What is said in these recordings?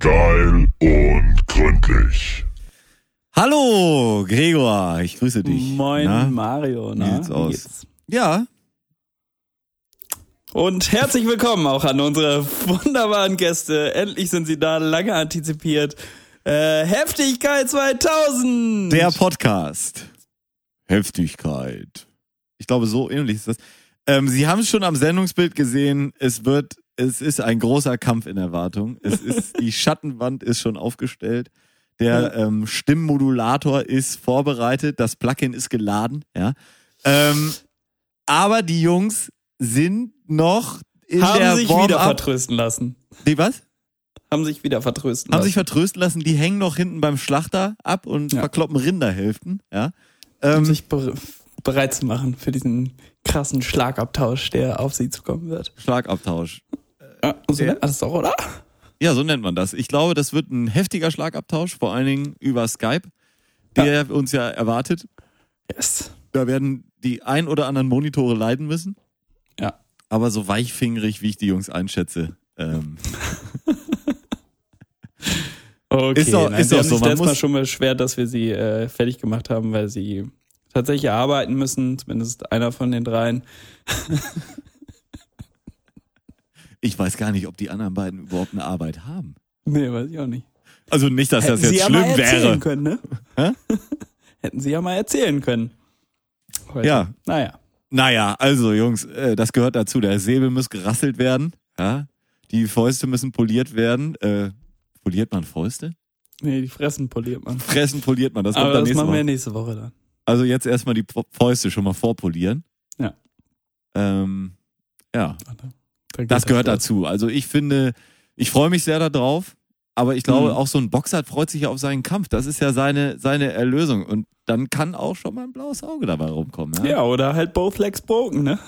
Geil und gründlich. Hallo, Gregor, ich grüße dich. Moin Na? Mario, na? Wie sieht's aus? Ja, Und herzlich willkommen auch an unsere wunderbaren Gäste. Endlich sind sie da, lange antizipiert. Äh, Heftigkeit 2000! der Podcast. Heftigkeit. Ich glaube, so ähnlich ist das. Ähm, Sie haben es schon am Sendungsbild gesehen. Es wird, es ist ein großer Kampf in Erwartung. Es ist, die Schattenwand ist schon aufgestellt. Der ähm, Stimmmodulator ist vorbereitet. Das Plugin ist geladen, ja. Ähm, aber die Jungs sind noch in der haben sich Warm-up- wieder vertrösten lassen. Die was? Haben sich wieder vertrösten Haben lassen. sich vertrösten lassen, die hängen noch hinten beim Schlachter ab und Ja. verkloppen Rinderhälften, ja. um Ähm, sich bere- bereit zu machen für diesen krassen Schlagabtausch, der auf sie zukommen wird. Schlagabtausch. Ja, so Ja. nennt man das doch, oder? Ja, so nennt man das. Ich glaube, das wird ein heftiger Schlagabtausch, vor allen Dingen über Skype, der uns ja erwartet. Yes. Da werden die ein oder anderen Monitore leiden müssen. Ja. Aber so weichfingerig, wie ich die Jungs einschätze. Ähm, Okay, Ist doch- nein, ist sie doch haben so, sich man letztes Mal muss- schon beschwert, dass wir sie äh, fertig gemacht haben, weil sie tatsächlich arbeiten müssen, zumindest einer von den dreien. ich weiß gar nicht, ob die anderen beiden überhaupt eine Arbeit haben. Nee, weiß ich auch nicht. Also nicht, dass das Hätten sie jetzt ja mal schlimm erzählen wäre. können, ne? Hä? Hätten sie ja mal erzählen können. Heute. Ja. Naja. Naja, also Jungs, äh, das gehört dazu. Der Säbel muss gerasselt werden. Ja? Die Fäuste müssen poliert werden. Äh, poliert man Fäuste? Nee, die Fressen poliert man. Fressen poliert man. Das kommt Aber dann das nächste machen Mal. wir nächste Woche dann. Also jetzt erstmal die Po- Fäuste schon mal vorpolieren. Ja. Ähm, ja, Dann geht das gehört los. dazu. Also ich finde, ich freue mich sehr darauf. Aber ich glaube, Mhm. auch so ein Boxer freut sich ja auf seinen Kampf. Das ist ja seine, seine Erlösung. Und dann kann auch schon mal ein blaues Auge dabei rumkommen. Ja. Ja, oder halt both legs broken, ne?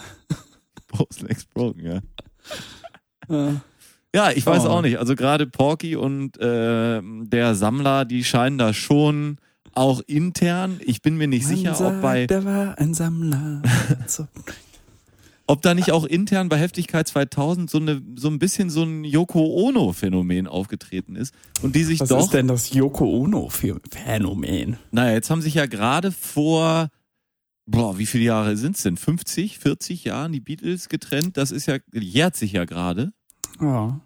Both legs broken, ja. Ja. Ja, ich Schauen weiß wir auch mal. nicht. Also gerade Porky und äh, der Sammler, die scheinen da schon auch intern. Ich bin mir nicht sicher, Man sagt, ob, bei, Äh, Der war ein Sammler. So. ob da nicht auch intern bei Heftigkeit 2000 so, eine, so ein bisschen so ein Yoko Ono-Phänomen aufgetreten ist. Und die sich Was doch. ist denn das Yoko Ono für Phänomen? Naja, jetzt haben sich ja gerade vor, boah, wie viele Jahre sind's denn? 50, 40 Jahren die Beatles getrennt. Das ist ja, jährt sich ja gerade. Ja.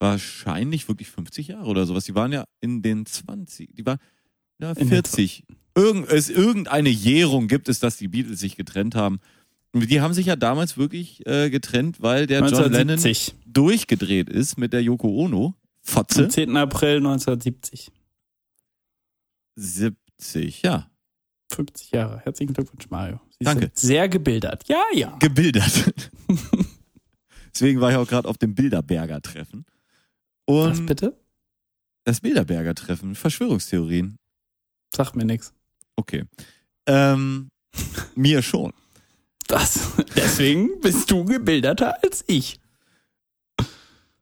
wahrscheinlich wirklich 50 Jahre oder sowas. Die waren ja in den 20, die waren ja, In den 40. Irgend, es, irgendeine Jährung gibt es, dass die Beatles sich getrennt haben. Und Die haben sich ja damals wirklich äh, getrennt, weil der John Lennon 1970. durchgedreht ist mit der Yoko Ono. Fotze. Am 10. April 1970. 70, ja. 50 Jahre. Herzlichen Glückwunsch, Mario. Sie Danke. Sind sehr gebildet. Ja, ja. Gebildert. Deswegen war ich auch gerade auf dem Bilderberger Treffen. Und Was bitte? das Bilderberger Treffen, Verschwörungstheorien. Sag mir nichts. Okay. Ähm, mir schon. Das. Deswegen bist du gebildeter als ich.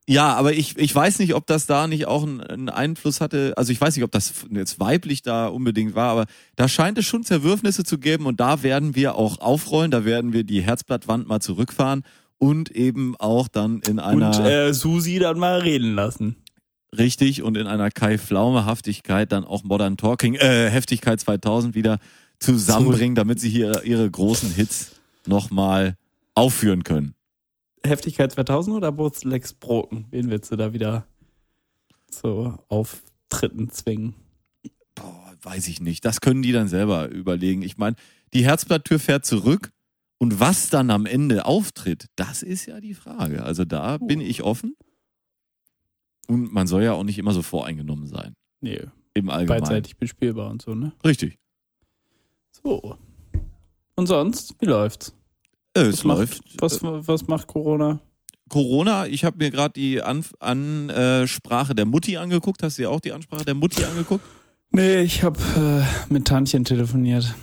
Ja, aber ich, ich weiß nicht, ob das da nicht auch einen, einen Einfluss hatte. Also ich weiß nicht, ob das jetzt weiblich da unbedingt war, aber da scheint es schon Zerwürfnisse zu geben und da werden wir auch aufrollen, da werden wir die Herzblattwand mal zurückfahren und eben auch dann in einer Und äh, Susi dann mal reden lassen. richtig und in einer Kai Pflaume Haftigkeit dann auch Modern Talking äh, Heftigkeit 2000 wieder zusammenbringen, damit sie hier ihre großen Hits nochmal aufführen können. Heftigkeit 2000 oder Both Legs Broken? Wen willst du da wieder zu Auftritten zwingen? Boah, weiß ich nicht. Das können die dann selber überlegen. Ich meine, die Herzblatttür fährt zurück und was dann am Ende auftritt, das ist ja die Frage. Also da bin ich offen. Und man soll ja auch nicht immer so voreingenommen sein. Nee, Im Allgemeinen. beidseitig bespielbar und so, ne? Richtig. So. Und sonst, wie läuft's? Äh, es macht, läuft. äh, Was, was macht Corona? Corona, ich habe mir gerade die Anf Ansprache der Mutti angeguckt. Hast du dir auch die Ansprache der Mutti angeguckt? Nee, ich habe äh, mit Tantchen telefoniert.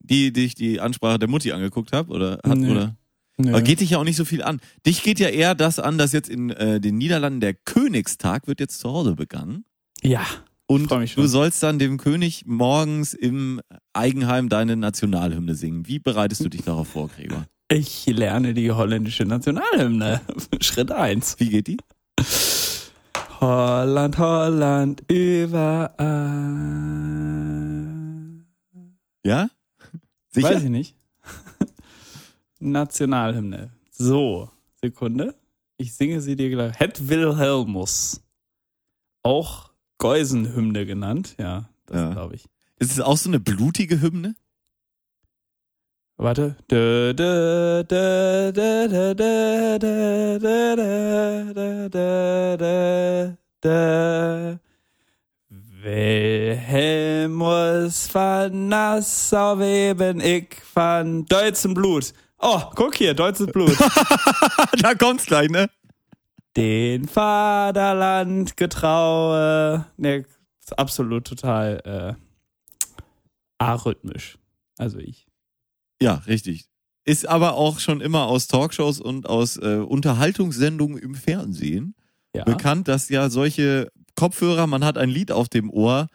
Die, die ich die Ansprache der Mutti angeguckt habe? Oder hat, Nee. oder? Nö. Aber geht dich ja auch nicht so viel an. Dich geht ja eher das an, dass jetzt in äh, den Niederlanden der Königstag wird jetzt zu Hause begangen. Ja. Und Freu mich schon. du sollst dann dem König morgens im Eigenheim deine Nationalhymne singen. Wie bereitest du dich darauf vor, Gregor? Ich lerne die holländische Nationalhymne. Schritt 1. Wie geht die? Holland, Holland, überall. Ja? Sicher? Weiß ich nicht. Nationalhymne. So, Sekunde. Ich singe sie dir gleich. Het Wilhelmus. Auch Geusenhymne genannt. Ja, das Ja. glaube ich. Ist es auch so eine blutige Hymne? Warte. Dö, dö, dö, dö, dö, dö, dö, dö, dö, dö, dö, dö. Wilhelmus van Nassau weben ich van deutschen Blut. Oh, guck hier, deutsches Blut. da kommt's gleich, ne? Den Vaterland getraue. Ne, ist absolut total äh, arrhythmisch. Also ich. Ja, richtig. Ist aber auch schon immer aus Talkshows und aus äh, Unterhaltungssendungen im Fernsehen Ja. bekannt, dass ja solche Kopfhörer, man hat ein Lied auf dem Ohr,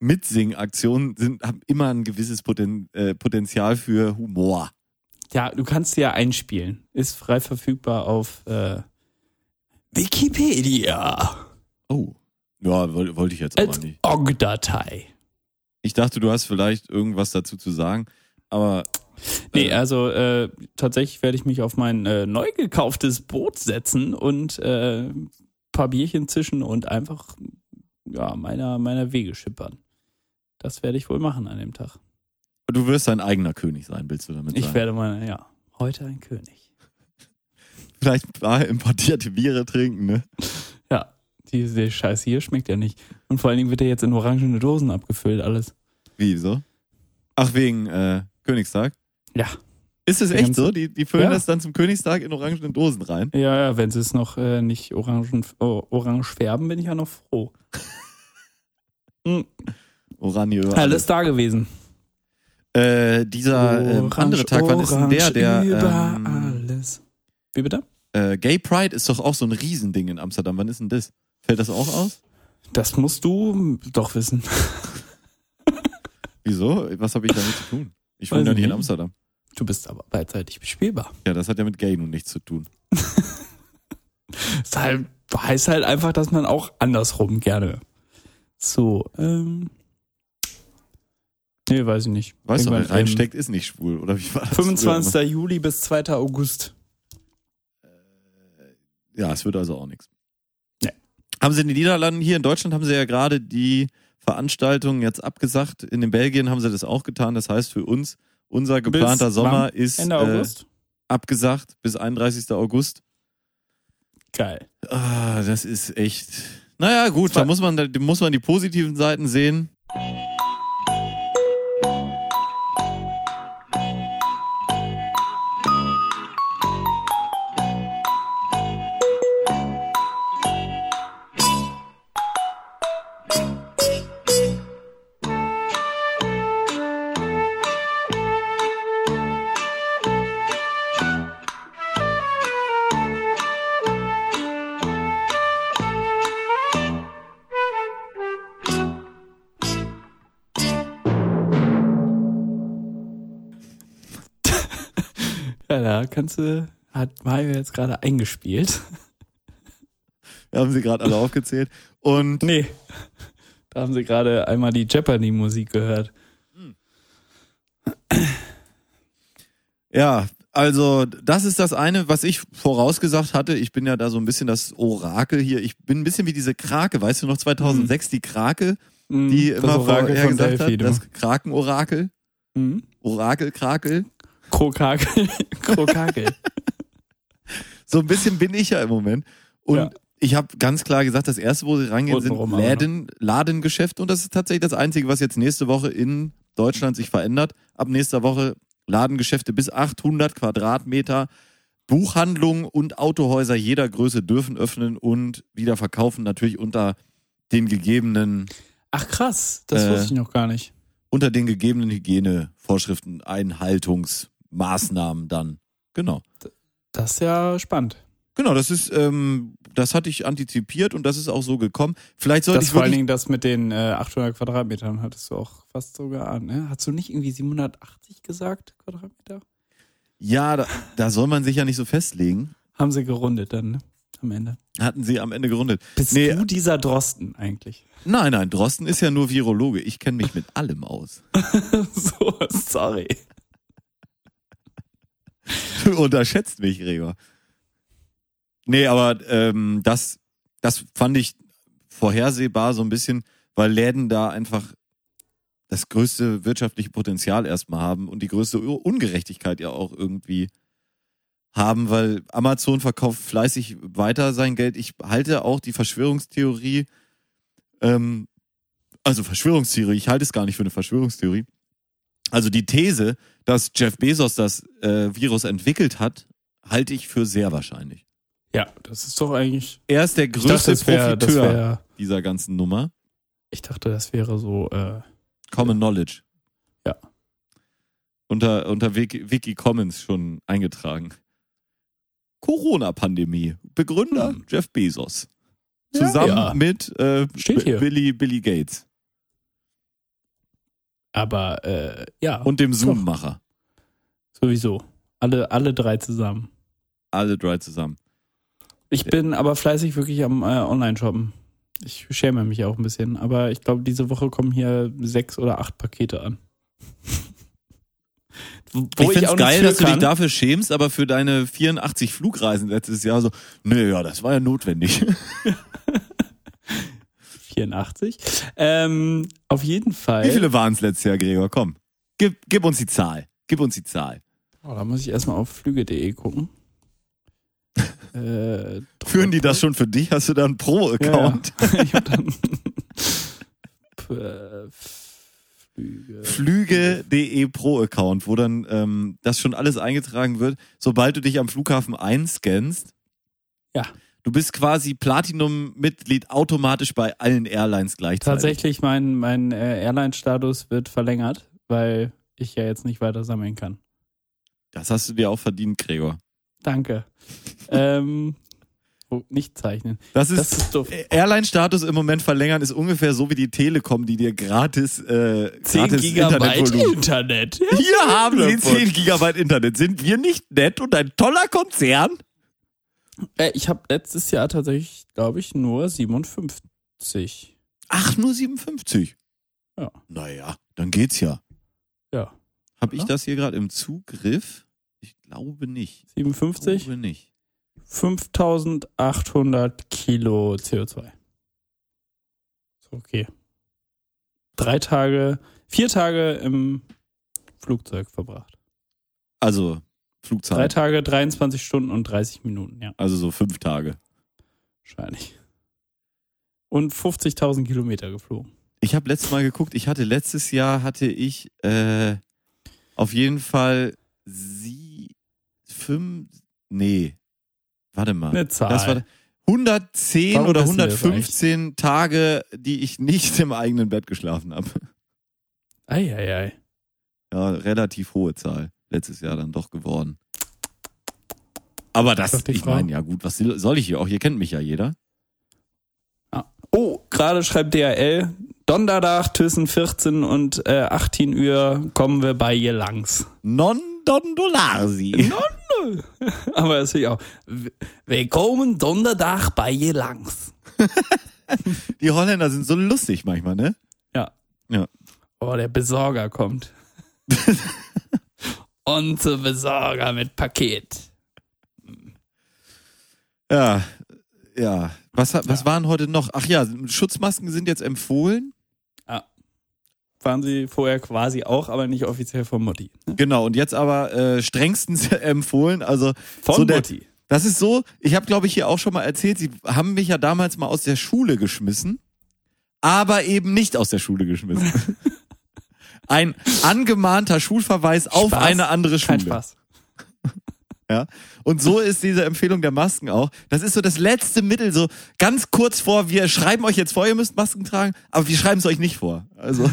Mitsingaktionen sind, haben immer ein gewisses Poten äh, Potenzial für Humor. Ja, du kannst sie ja einspielen. Ist frei verfügbar auf äh, Wikipedia Oh. Ja, woll- wollte ich jetzt aber als nicht. OGG-Datei. Ich dachte, du hast vielleicht irgendwas dazu zu sagen, aber Nee, Äh. also äh, tatsächlich werde ich mich auf mein äh, neu gekauftes Boot setzen und äh, ein paar Bierchen zischen und einfach ja, meiner, meiner Wege schippern. Das werde ich wohl machen an dem Tag. du wirst dein eigener König sein, willst du damit sagen? Ich werde mal, ja, heute ein König. vielleicht ein paar importierte Biere trinken, ne? Ja, diese Scheiße hier schmeckt ja nicht. Und vor allen Dingen wird er jetzt in orangene Dosen abgefüllt, alles. Wie, so? Ach, wegen äh, Königstag? Ja. Ist es Die echt ganze- so? Die, die füllen Ja. das dann zum Königstag in orangenen Dosen rein? Ja, ja, wenn sie es noch äh, nicht orangen, oh, orange färben, bin ich ja noch froh. Hm, Oranje überall. alles da gewesen. Äh, dieser ähm, andere Tag, wann ist denn der? Der über ähm, alles. Wie bitte? äh, Gay Pride ist doch auch so ein Riesending in Amsterdam. Wann ist denn das? Fällt das auch aus? Das musst du doch wissen. Wieso? Was habe ich damit zu tun? Ich Weiß wohne ja nicht in nicht. Amsterdam. Du bist aber beidseitig bespielbar. Ja, das hat ja mit Gay nun nichts zu tun. Das halt, heißt halt einfach, dass man auch andersrum gerne. So, ähm. Nee, weiß ich nicht. Weißt du, wer Irgendwann im reinsteckt, ist nicht schwul, oder wie war das? ne? 25. Juli bis 2. August. Ja, es wird also auch nichts. Nee. Haben sie in den Niederlanden hier in Deutschland haben sie ja gerade die Veranstaltung jetzt abgesagt. In den Belgien haben sie das auch getan. Das heißt für uns, unser geplanter wann? Sommer ist Ende August? Äh, abgesagt bis 31. August. Geil. Ah, das ist echt. Naja, gut, da muss man, da muss man die positiven Seiten sehen. Ja, da kannst du, hat Mario jetzt gerade eingespielt. Wir haben sie gerade alle aufgezählt. Und Nee. Da haben sie gerade einmal die Jeopardy-Musik gehört. Ja, also das ist das eine, was ich vorausgesagt hatte. Ich bin ja da so ein bisschen das Orakel hier. Ich bin ein bisschen wie diese Krake, weißt du noch 2006 die Krake, Mhm, die das immer Orakel vorher von gesagt Delphi, genau. hat, du. das Krakenorakel, Mhm. Orakel, Krakel. Krokakel. Krokakel. So ein bisschen bin ich ja im Moment. Und Ja. ich habe ganz klar gesagt, das erste, wo sie rangehen, sind Untenrum aber noch. Läden, Ladengeschäft. Und das ist tatsächlich das Einzige, was jetzt nächste Woche in Deutschland sich verändert. Ab nächster Woche Ladengeschäfte bis 800 Quadratmeter. Buchhandlungen und Autohäuser jeder Größe dürfen öffnen und wieder verkaufen, natürlich unter den gegebenen, Ach krass, das Äh. wusste ich noch gar nicht. unter den gegebenen Hygienevorschriften, Einhaltungsmaßnahmen dann. Genau. Das ist ja spannend. Genau, das ist, ähm, das hatte ich antizipiert und das ist auch so gekommen. Vielleicht sollte das ich vor allen wirklich Dingen das mit den äh, 800 Quadratmetern hattest du auch fast so geahnt, ne? Hast du nicht irgendwie 780 gesagt, Quadratmeter? Ja, da, da soll man sich ja nicht so festlegen. Haben sie gerundet dann, ne? Am Ende. hatten sie am Ende gerundet. Bist Nee. du dieser Drosten eigentlich? Nein, nein, Drosten ist ja nur Virologe. Ich kenne mich mit allem aus. so, sorry. Du unterschätzt mich, Gregor. Nee, aber ähm, das, das fand ich vorhersehbar so ein bisschen, weil Läden da einfach das größte wirtschaftliche Potenzial erstmal haben und die größte U- Ungerechtigkeit ja auch irgendwie haben, weil Amazon verkauft fleißig weiter sein Geld. Ich halte auch die Verschwörungstheorie, ähm, also Verschwörungstheorie, ich halte es gar nicht für eine Verschwörungstheorie. Also die These, dass Jeff Bezos das äh, Virus entwickelt hat, halte ich für sehr wahrscheinlich. Ja, das ist doch eigentlich. Er ist der Ich größte das wär- das Profiteur wär- dieser ganzen Nummer. ich dachte, das wäre so. Äh, Common Knowledge. Ja. Unter, unter Wiki, Wiki Commons schon eingetragen. Corona-Pandemie. Begründer Hm. Jeff Bezos. Ja, Zusammen ja. mit äh, Steht B- hier. Billy, Billy Gates aber äh, ja, und dem Zoom-Macher. sowieso. Alle, alle drei zusammen. Alle drei zusammen. Ich bin aber fleißig wirklich am äh, Online-Shoppen. Ich schäme mich auch ein bisschen, aber ich glaube, diese Woche kommen hier sechs oder acht Pakete an. ich find's auch nichts geil, für dass du dich kann. dafür schämst, aber für deine 84 Flugreisen letztes Jahr so, nö, ja, das war ja notwendig. 84. Ähm, auf jeden Fall. Wie viele waren es letztes Jahr, Gregor? Komm, gib, gib uns die Zahl. Gib uns die Zahl. Oh, da muss ich erstmal auf flüge.de gucken. äh, Führen die das schon für dich? Hast du da einen Pro-Account? Ja, ja. Ich hab dann P- äh, Flüge. Flüge.de Pro-Account, wo dann ähm, das schon alles eingetragen wird, sobald du dich am Flughafen einscannst. Ja. Du bist quasi Platinum-Mitglied automatisch bei allen Airlines gleichzeitig. Tatsächlich, mein, mein äh, Airline-Status wird verlängert, weil ich ja jetzt nicht weiter sammeln kann. Das hast du dir auch verdient, Gregor. Danke. ähm, oh, nicht zeichnen. Das ist, Das ist doof. Airline-Status im Moment verlängern ist ungefähr so wie die Telekom, die dir gratis, äh, gratis Internetvolumen. Internet. Hier haben Sie Glückwunsch. 10 Gigabyte Internet. Sind wir nicht nett und ein toller Konzern? Äh, ich habe letztes Jahr tatsächlich, glaube ich, nur 57. Ach, nur 57. Ja. Naja, dann geht's ja. Ja. Hab ich Oder? das hier gerade im Zugriff? Ich glaube nicht. Ich 57? glaube nicht. 5800 Kilo CO2. Ist okay. Drei Tage, vier Tage im Flugzeug verbracht. Also, Drei Flugzeit. Tage, 23 Stunden und 30 Minuten, ja, Also so fünf Tage. wahrscheinlich. Und 50.000 Kilometer geflogen. Ich habe letztes Mal geguckt, ich hatte letztes Jahr hatte ich äh, auf jeden Fall sie fünf nee. Warte mal. Eine Zahl. Das war 110 Warum oder wissen wir das 115 Tage, die ich nicht im eigenen Bett geschlafen habe. Eieiei. Ja, relativ hohe Zahl letztes Jahr dann doch geworden. Aber das, Doch die ich Frau. meine, ja gut, was soll ich hier auch? Hier kennt mich ja jeder. Oh, gerade schreibt DHL, Donnerstag zwischen 14 und äh, 18 Uhr kommen wir bei ihr langs. Non don dollarsi. Aber das will ich auch. W- Willkommen Donnerstag bei ihr langs. Die Holländer sind so lustig manchmal, ne? Oh, der Besorger kommt. Unser Besorger mit Paket. Ja, ja. Was, hat- was waren heute noch? Ach ja, Schutzmasken sind jetzt empfohlen. Waren sie vorher quasi auch, aber nicht offiziell von Mutti. Genau, und jetzt aber äh, strengstens empfohlen. Also Von so der, Mutti. das ist so, ich habe, glaube ich, hier auch schon mal erzählt, sie haben mich ja damals mal aus der Schule geschmissen, aber eben nicht aus der Schule geschmissen. Ein angemahnter Schulverweis auf Spaß, eine andere Schule. Kein Spaß. Und so ist diese Empfehlung der Masken auch. Das ist so das letzte Mittel, so ganz kurz vor, wir schreiben euch jetzt vor, ihr müsst Masken tragen, aber wir schreiben es euch nicht vor. Also,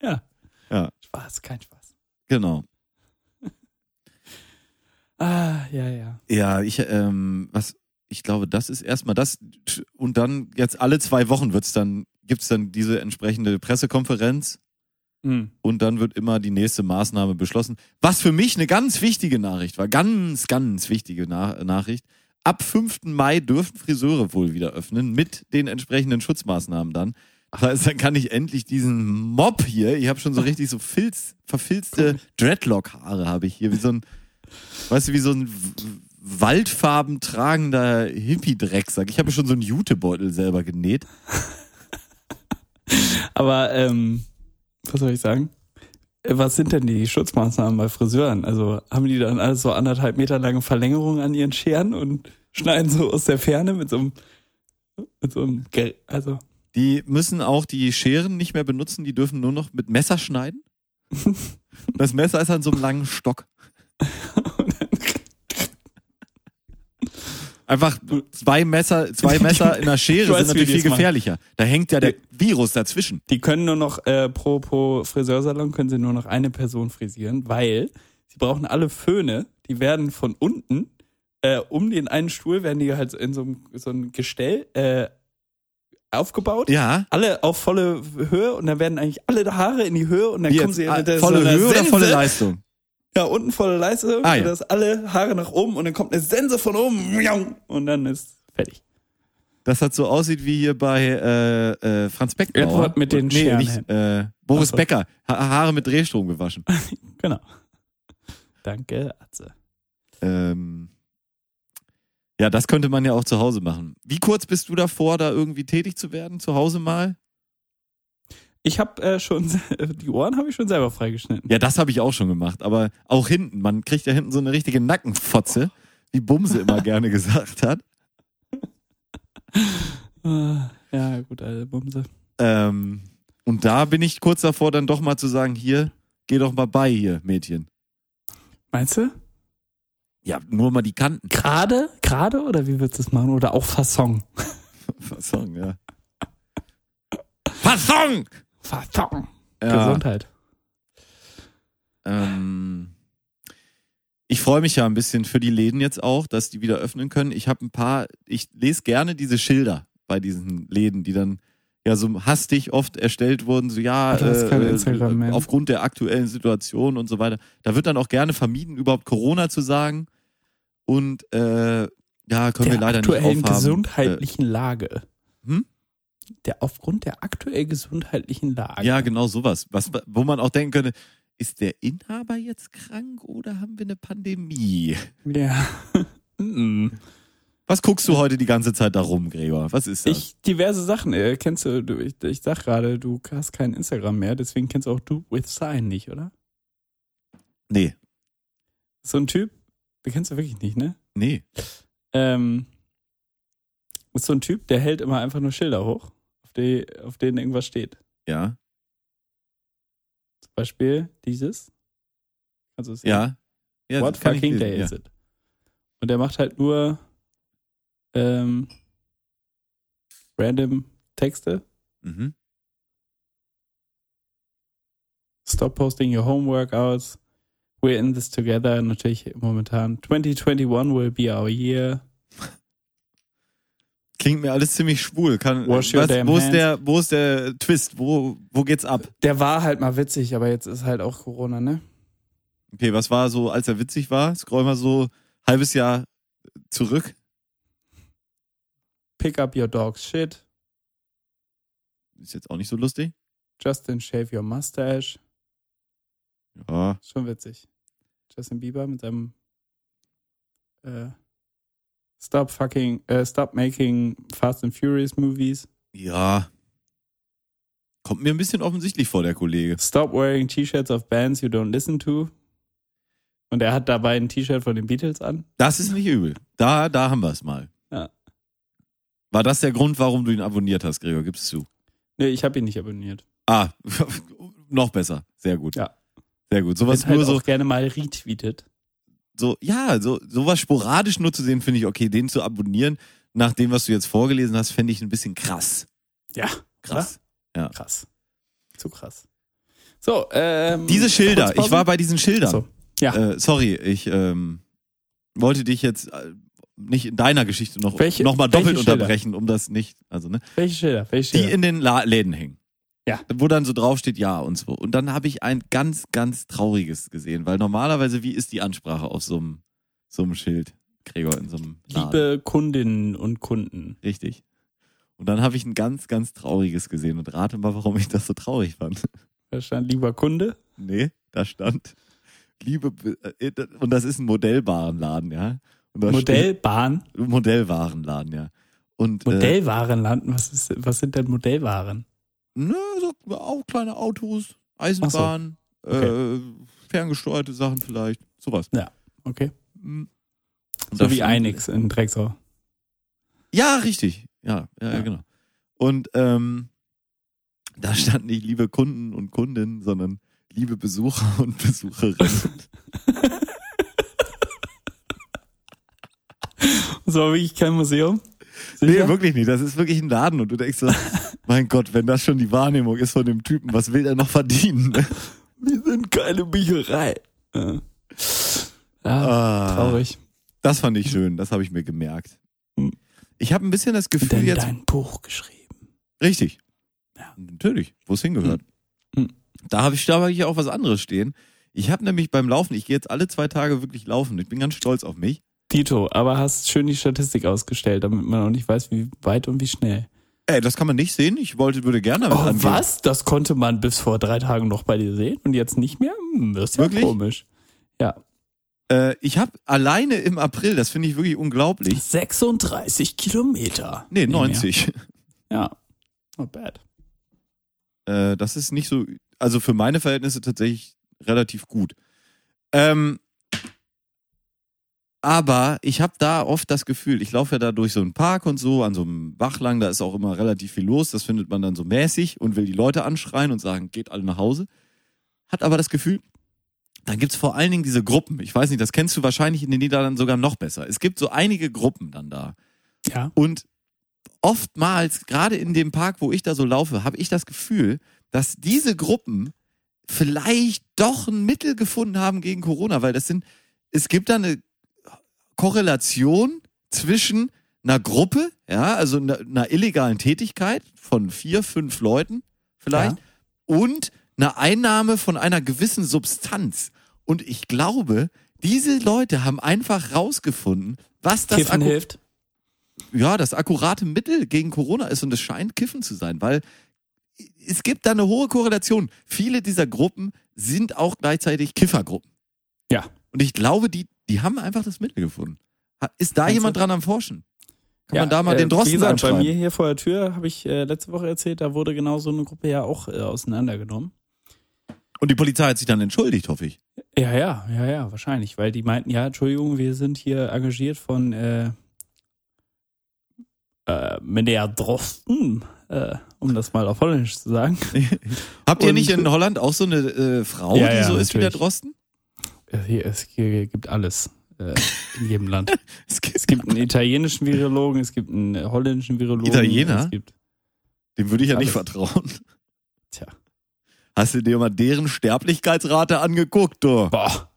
Ja. Ja. Spaß, kein Spaß. genau. Ah, ja, ja. Ja, ich, ähm, was, ich glaube, das ist erstmal das. Und dann jetzt alle zwei Wochen wird's dann, gibt's dann diese entsprechende Pressekonferenz Hm. und dann wird immer die nächste Maßnahme beschlossen. Was für mich eine ganz wichtige Nachricht war. Ganz, ganz wichtige Na Nachricht. ab 5. Mai dürfen Friseure wohl wieder öffnen mit den entsprechenden Schutzmaßnahmen dann. Das heißt, dann kann ich endlich diesen Mob hier, ich habe schon so richtig so Filz, verfilzte Dreadlock-Haare habe ich hier, wie so ein, weißt du, wie so ein w- waldfarben tragender Hippie-Drecksack. Ich habe schon so einen Jutebeutel selber genäht. Aber ähm, was soll ich sagen? Äh, Was sind denn die Schutzmaßnahmen bei Friseuren? Also haben die dann alles so anderthalb Meter lange Verlängerungen an ihren Scheren und schneiden so aus der Ferne mit so einem, mit so einem Gel also Die müssen auch die Scheren nicht mehr benutzen, die dürfen nur noch mit Messer schneiden. Das Messer ist an so einem langen Stock. Einfach zwei Messer, zwei Messer in der Schere Ich weiß, sind natürlich wie die viel es machen. gefährlicher. Da hängt ja der Virus dazwischen. Die können nur noch äh, pro, pro Friseursalon können sie nur noch eine Person frisieren, weil sie brauchen alle Föhne, die werden von unten äh, um den einen Stuhl werden die halt in so einem so ein Gestell äh, aufgebaut. Ja. Alle auf volle Höhe und dann werden eigentlich alle Haare in die Höhe und dann Wie kommen jetzt? sie Ah, mit der, volle so einer Höhe oder Sense, volle Leistung? Ja, unten volle Leiste, Ah, ja. dass alle Haare nach oben und dann kommt eine Sense von oben miau, und dann ist fertig. Das hat so aussieht wie hier bei äh, äh, Franz Beckbauer. Edward mit den nee, Scheren. nicht, äh, Boris Ach so. Becker. Ha Haare mit Drehstrom gewaschen. Genau. Danke, Atze. Ähm, ja, das könnte man ja auch zu Hause machen. Wie kurz bist du davor, da irgendwie tätig zu werden? Zu Hause mal? Ich habe äh, schon die Ohren habe ich schon selber freigeschnitten. Ja, das habe ich auch schon gemacht. Aber auch hinten. Man kriegt ja hinten so eine richtige Nackenfotze, wie Bumse immer gerne gesagt hat. Ah, Ja, gut, alte Bumse. Ähm, und da bin ich kurz davor, dann doch mal zu sagen: Hier, geh doch mal bei hier, Mädchen. Meinst du? Ja, nur mal die Kanten. Gerade? Gerade oder wie würdest du es machen? Oder auch Fasson? Fassung, ja. Fassung! Fasson. Ja, Gesundheit. ähm, ich freue mich ja ein bisschen für die Läden jetzt auch, dass die wieder öffnen können. Ich habe ein paar, ich lese gerne diese Schilder bei diesen Läden, die dann ja so hastig oft erstellt wurden, so ja, Aber das ist kein Instagram äh, mehr. äh, aufgrund der aktuellen Situation und so weiter. Da wird dann auch gerne vermieden, überhaupt Corona zu sagen. Und äh, ja, können wir der leider nicht aktuellen aufhaben. Äh. gesundheitlichen Lage. Hm? Der aufgrund der aktuell gesundheitlichen Lage. Ja, genau sowas. Was, wo man auch denken könnte, ist der Inhaber jetzt krank oder haben wir eine Pandemie? Ja. Mhm. Was guckst du heute die ganze Zeit da rum, Gregor? Was ist das? Ich, diverse Sachen, äh, kennst du, du ich, ich sag gerade, du hast kein Instagram mehr, deswegen kennst du auch Du with Sign nicht, oder? nee, So ein Typ, den kennst du wirklich nicht, ne? nee. Ähm, ist so ein Typ, der hält immer einfach nur Schilder hoch, auf, die, auf denen irgendwas steht. Ja, Zum Beispiel dieses. Also es ja. ja What das kann ich fucking lesen, day ja. is it? Und der macht halt nur ähm, random Texte. Mhm. Stop posting your home workouts. We're in this together. Natürlich momentan. 2021 will be our year. Klingt mir alles ziemlich schwul. Kann, Wash your was, damn wo, ist hands. der, wo ist der Twist? Wo, wo geht's ab? Der war halt mal witzig, aber jetzt ist halt auch Corona, ne? Okay, was war so, als er witzig war? Scroll mal so halbes Jahr zurück. Pick up your dog's shit. Ist jetzt auch nicht so lustig. Justin shave your mustache. Ja. Schon witzig. Justin Bieber mit seinem äh, Stop fucking, äh, stop making Fast and Furious Movies. Ja. Kommt mir ein bisschen offensichtlich vor, der Kollege. Stop wearing T-Shirts of bands you don't listen to. Und er hat dabei ein T-Shirt von den Beatles an. Das ist nicht übel. Da, da haben wir es mal. Ja. War das der Grund, warum du ihn abonniert hast, Gregor? Gibst zu. Nee, ich habe ihn nicht abonniert. Ah, noch besser. Sehr gut. Ja. Sehr gut. Sowas Was halt nur so, auch gerne mal retweetet. so, ja, so, sowas sporadisch nur zu sehen, finde ich okay. Den zu abonnieren, nach dem, was du jetzt vorgelesen hast, fände ich ein bisschen krass. Ja, Krass. krass. Zu krass. So, ähm. Diese Schilder. Kurzpause? Ich war bei diesen Schildern. So. Ja. Äh, sorry, ich ähm, wollte dich jetzt äh, nicht in deiner Geschichte noch, Welche- noch mal welche doppelt Schilder? unterbrechen, um das nicht, also, ne? Welche Schilder? Welche die Schilder? in den La Läden hängen. Ja. Wo dann so draufsteht, ja und so. Und dann habe ich ein ganz, ganz trauriges gesehen, weil normalerweise, wie ist die Ansprache auf so einem, so einem Schild? Gregor in so einem Laden. Liebe Kundinnen und Kunden. Richtig. Und dann habe ich ein ganz, ganz trauriges gesehen und rate mal, warum ich das so traurig fand. Da stand lieber Kunde. Nee, da stand Liebe Be- äh, und das ist ein Modellwarenladen, ja. Und da steht- Modellbahn. Modellwarenladen, ja. Und äh, Modellwarenland. Was, ist, was sind denn Modellwaren? nö, so auch kleine Autos, Eisenbahn, äh, ferngesteuerte Sachen vielleicht, sowas. Okay. Mhm. Und Hm. So da wie stand- Einix in Drecksau. Ja, richtig. Ja, ja, ja. Ja. genau. Und ähm, da stand nicht liebe Kunden und Kundinnen, sondern liebe Besucher und Besucherinnen. So wie ich kein Museum. nee, Sicher? wirklich nicht. Das ist wirklich ein Laden und du denkst so, mein Gott, wenn das schon die Wahrnehmung ist von dem Typen, was will er noch verdienen? Wir sind keine Bücherei. Äh. Ja, Ah, traurig. Das fand ich schön, das habe ich mir gemerkt. Hm. Ich habe ein bisschen das Gefühl Denn jetzt. dein Buch geschrieben. Richtig. Ja. Natürlich, wo es hingehört. Hm. Da habe ich da hab ich auch was anderes stehen. Ich habe nämlich beim Laufen, ich gehe jetzt alle zwei Tage wirklich laufen. Ich bin ganz stolz auf mich. Dito, aber hast schön die Statistik ausgestellt, damit man auch nicht weiß, wie weit und wie schnell. Ey, das kann man nicht sehen. Ich wollte, würde gerne damit angeben. Das konnte man bis vor drei Tagen noch bei dir sehen und jetzt nicht mehr? Hm, Das ist ja Wirklich? komisch. Äh, ich habe alleine im April, das finde ich wirklich unglaublich. 36 Kilometer. Nee, Nicht mehr. 90. Ja. Not bad. Äh, das ist nicht so, also für meine Verhältnisse tatsächlich relativ gut. Ähm, aber ich habe da oft das Gefühl, ich laufe ja da durch so einen Park und so, an so einem Bach lang, da ist auch immer relativ viel los, das findet man dann so mäßig und will die Leute anschreien und sagen, geht alle nach Hause. Hat aber das Gefühl, dann gibt's vor allen Dingen diese Gruppen. Ich weiß nicht, das kennst du wahrscheinlich in den Niederlanden sogar noch besser. Es gibt so einige Gruppen dann da. Ja. Und oftmals, gerade in dem Park, wo ich da so laufe, habe ich das Gefühl, dass diese Gruppen vielleicht doch ein Mittel gefunden haben gegen Corona, weil das sind, es gibt da eine Korrelation zwischen einer Gruppe, ja, also einer, einer illegalen Tätigkeit von vier, fünf Leuten vielleicht Ja. und einer Einnahme von einer gewissen Substanz. Und ich glaube, diese Leute haben einfach rausgefunden, was das Kiffen akku- hilft. ja, das akkurate Mittel gegen Corona ist und es scheint Kiffen zu sein, weil es gibt da eine hohe Korrelation. Viele dieser Gruppen sind auch gleichzeitig Kiffergruppen. Ja. Und ich glaube, die, die haben einfach das Mittel gefunden. Ha- Ist da Meinst jemand du? dran am Forschen? Kann ja, man da mal äh, den wie Drosten gesagt, Bei mir anschreiben? hier vor der Tür habe ich äh, letzte Woche erzählt, da wurde genau so eine Gruppe ja auch äh, auseinandergenommen. Und die Polizei hat sich dann entschuldigt, hoffe ich. Ja, ja, ja, ja, wahrscheinlich, weil die meinten, ja, Entschuldigung, wir sind hier engagiert von äh, äh, Meneer Drosten, äh, um das mal auf Holländisch zu sagen. Habt ihr Und- nicht in Holland auch so eine äh, Frau, Ja, die ja, so ist wie der natürlich. Drosten? Äh, Hier, es hier gibt alles äh, in jedem Land. Es gibt, Es gibt einen italienischen Virologen, es gibt einen äh, holländischen Virologen. Italiener? Es gibt, dem würde ich ja nicht Alles. vertrauen. Tja. Hast du dir mal deren Sterblichkeitsrate angeguckt, du? boah.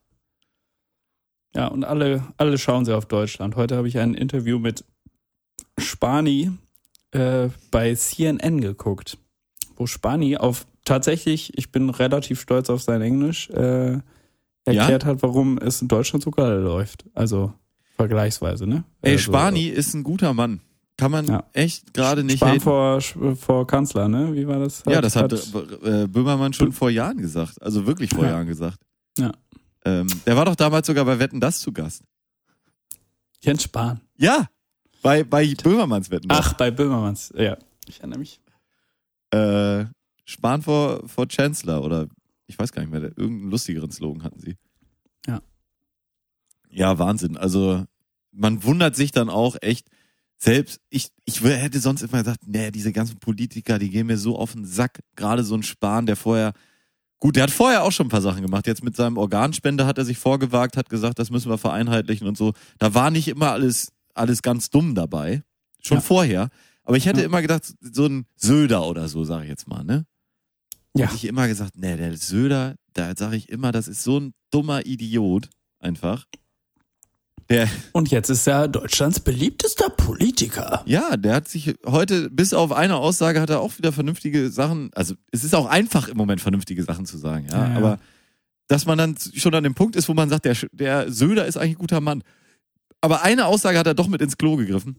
Ja, und alle, alle schauen sie auf Deutschland. Heute habe ich ein Interview mit Spani äh, bei CNN geguckt, wo Spani auf tatsächlich, ich bin relativ stolz auf sein Englisch, äh, erklärt hat, warum es in Deutschland so geil läuft. Also vergleichsweise, ne? Ey, also, Spani ist ein guter Mann. Kann man Ja. echt gerade nicht Spahn haten. vor, vor Kanzler, ne? Wie war das? Ja, das hat äh, Böhmermann schon vor Jahren gesagt. Also wirklich vor Ja. Jahren gesagt. Ja. Ähm, der war doch damals sogar bei Wetten das zu Gast. Jens Spahn. Ja, bei, bei Böhmermanns Wetten das. Ach, bei Böhmermanns. Ja, ich erinnere mich. Äh, Spahn vor, vor Chancellor oder ich weiß gar nicht mehr, der- irgendeinen lustigeren Slogan hatten sie. Ja. Ja, Wahnsinn. Also man wundert sich dann auch echt selbst. Ich, ich wär- hätte sonst immer gesagt, nee, diese ganzen Politiker, die gehen mir so auf den Sack. Gerade so ein Spahn, der vorher, gut, der hat vorher auch schon ein paar Sachen gemacht. Jetzt mit seinem Organspender hat er sich vorgewagt, hat gesagt, das müssen wir vereinheitlichen und so. Da war nicht immer alles, alles ganz dumm dabei. Schon Ja. vorher. Aber ich hätte Ja. immer gedacht, so ein Söder oder so, sage ich jetzt mal, ne? Ja. Hätte ich immer gesagt, nee, der Söder, da sage ich immer, das ist so ein dummer Idiot, einfach. Und jetzt ist er Deutschlands beliebtester Politiker. Ja, der hat sich heute, bis auf eine Aussage, hat er auch wieder vernünftige Sachen, also es ist auch einfach im Moment vernünftige Sachen zu sagen, ja, Ja, ja. aber dass man dann schon an dem Punkt ist, wo man sagt, der, Sch- der Söder ist eigentlich ein guter Mann. Aber eine Aussage hat er doch mit ins Klo gegriffen,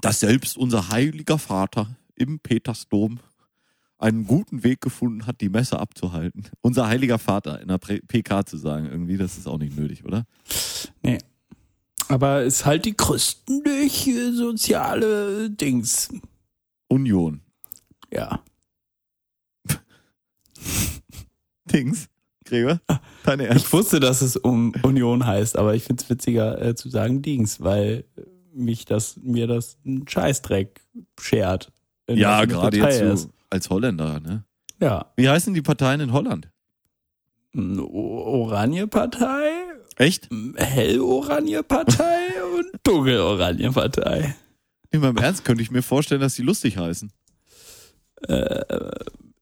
dass selbst unser heiliger Vater im Petersdom einen guten Weg gefunden hat, die Messe abzuhalten. Unser heiliger Vater in der Prä- PK zu sagen, irgendwie, das ist auch nicht nötig, oder? Aber ist halt die christliche soziale Dings. Union. Ja. Dings. Gregor, Ah. deine Ich Ernst. wusste, dass es um Union heißt, aber ich finde es witziger äh, zu sagen Dings, weil mich das, mir das ein Scheißdreck schert. in Ja, welcher gerade Partei jetzt er so ist. als Holländer, ne? Ja. Wie heißen die Parteien in Holland? Eine O- Oranje-Partei, Echt? eine Hell-Oranje-Partei und Dunkel-Oranje-Partei. In meinem Ernst könnte ich mir vorstellen, dass die lustig heißen.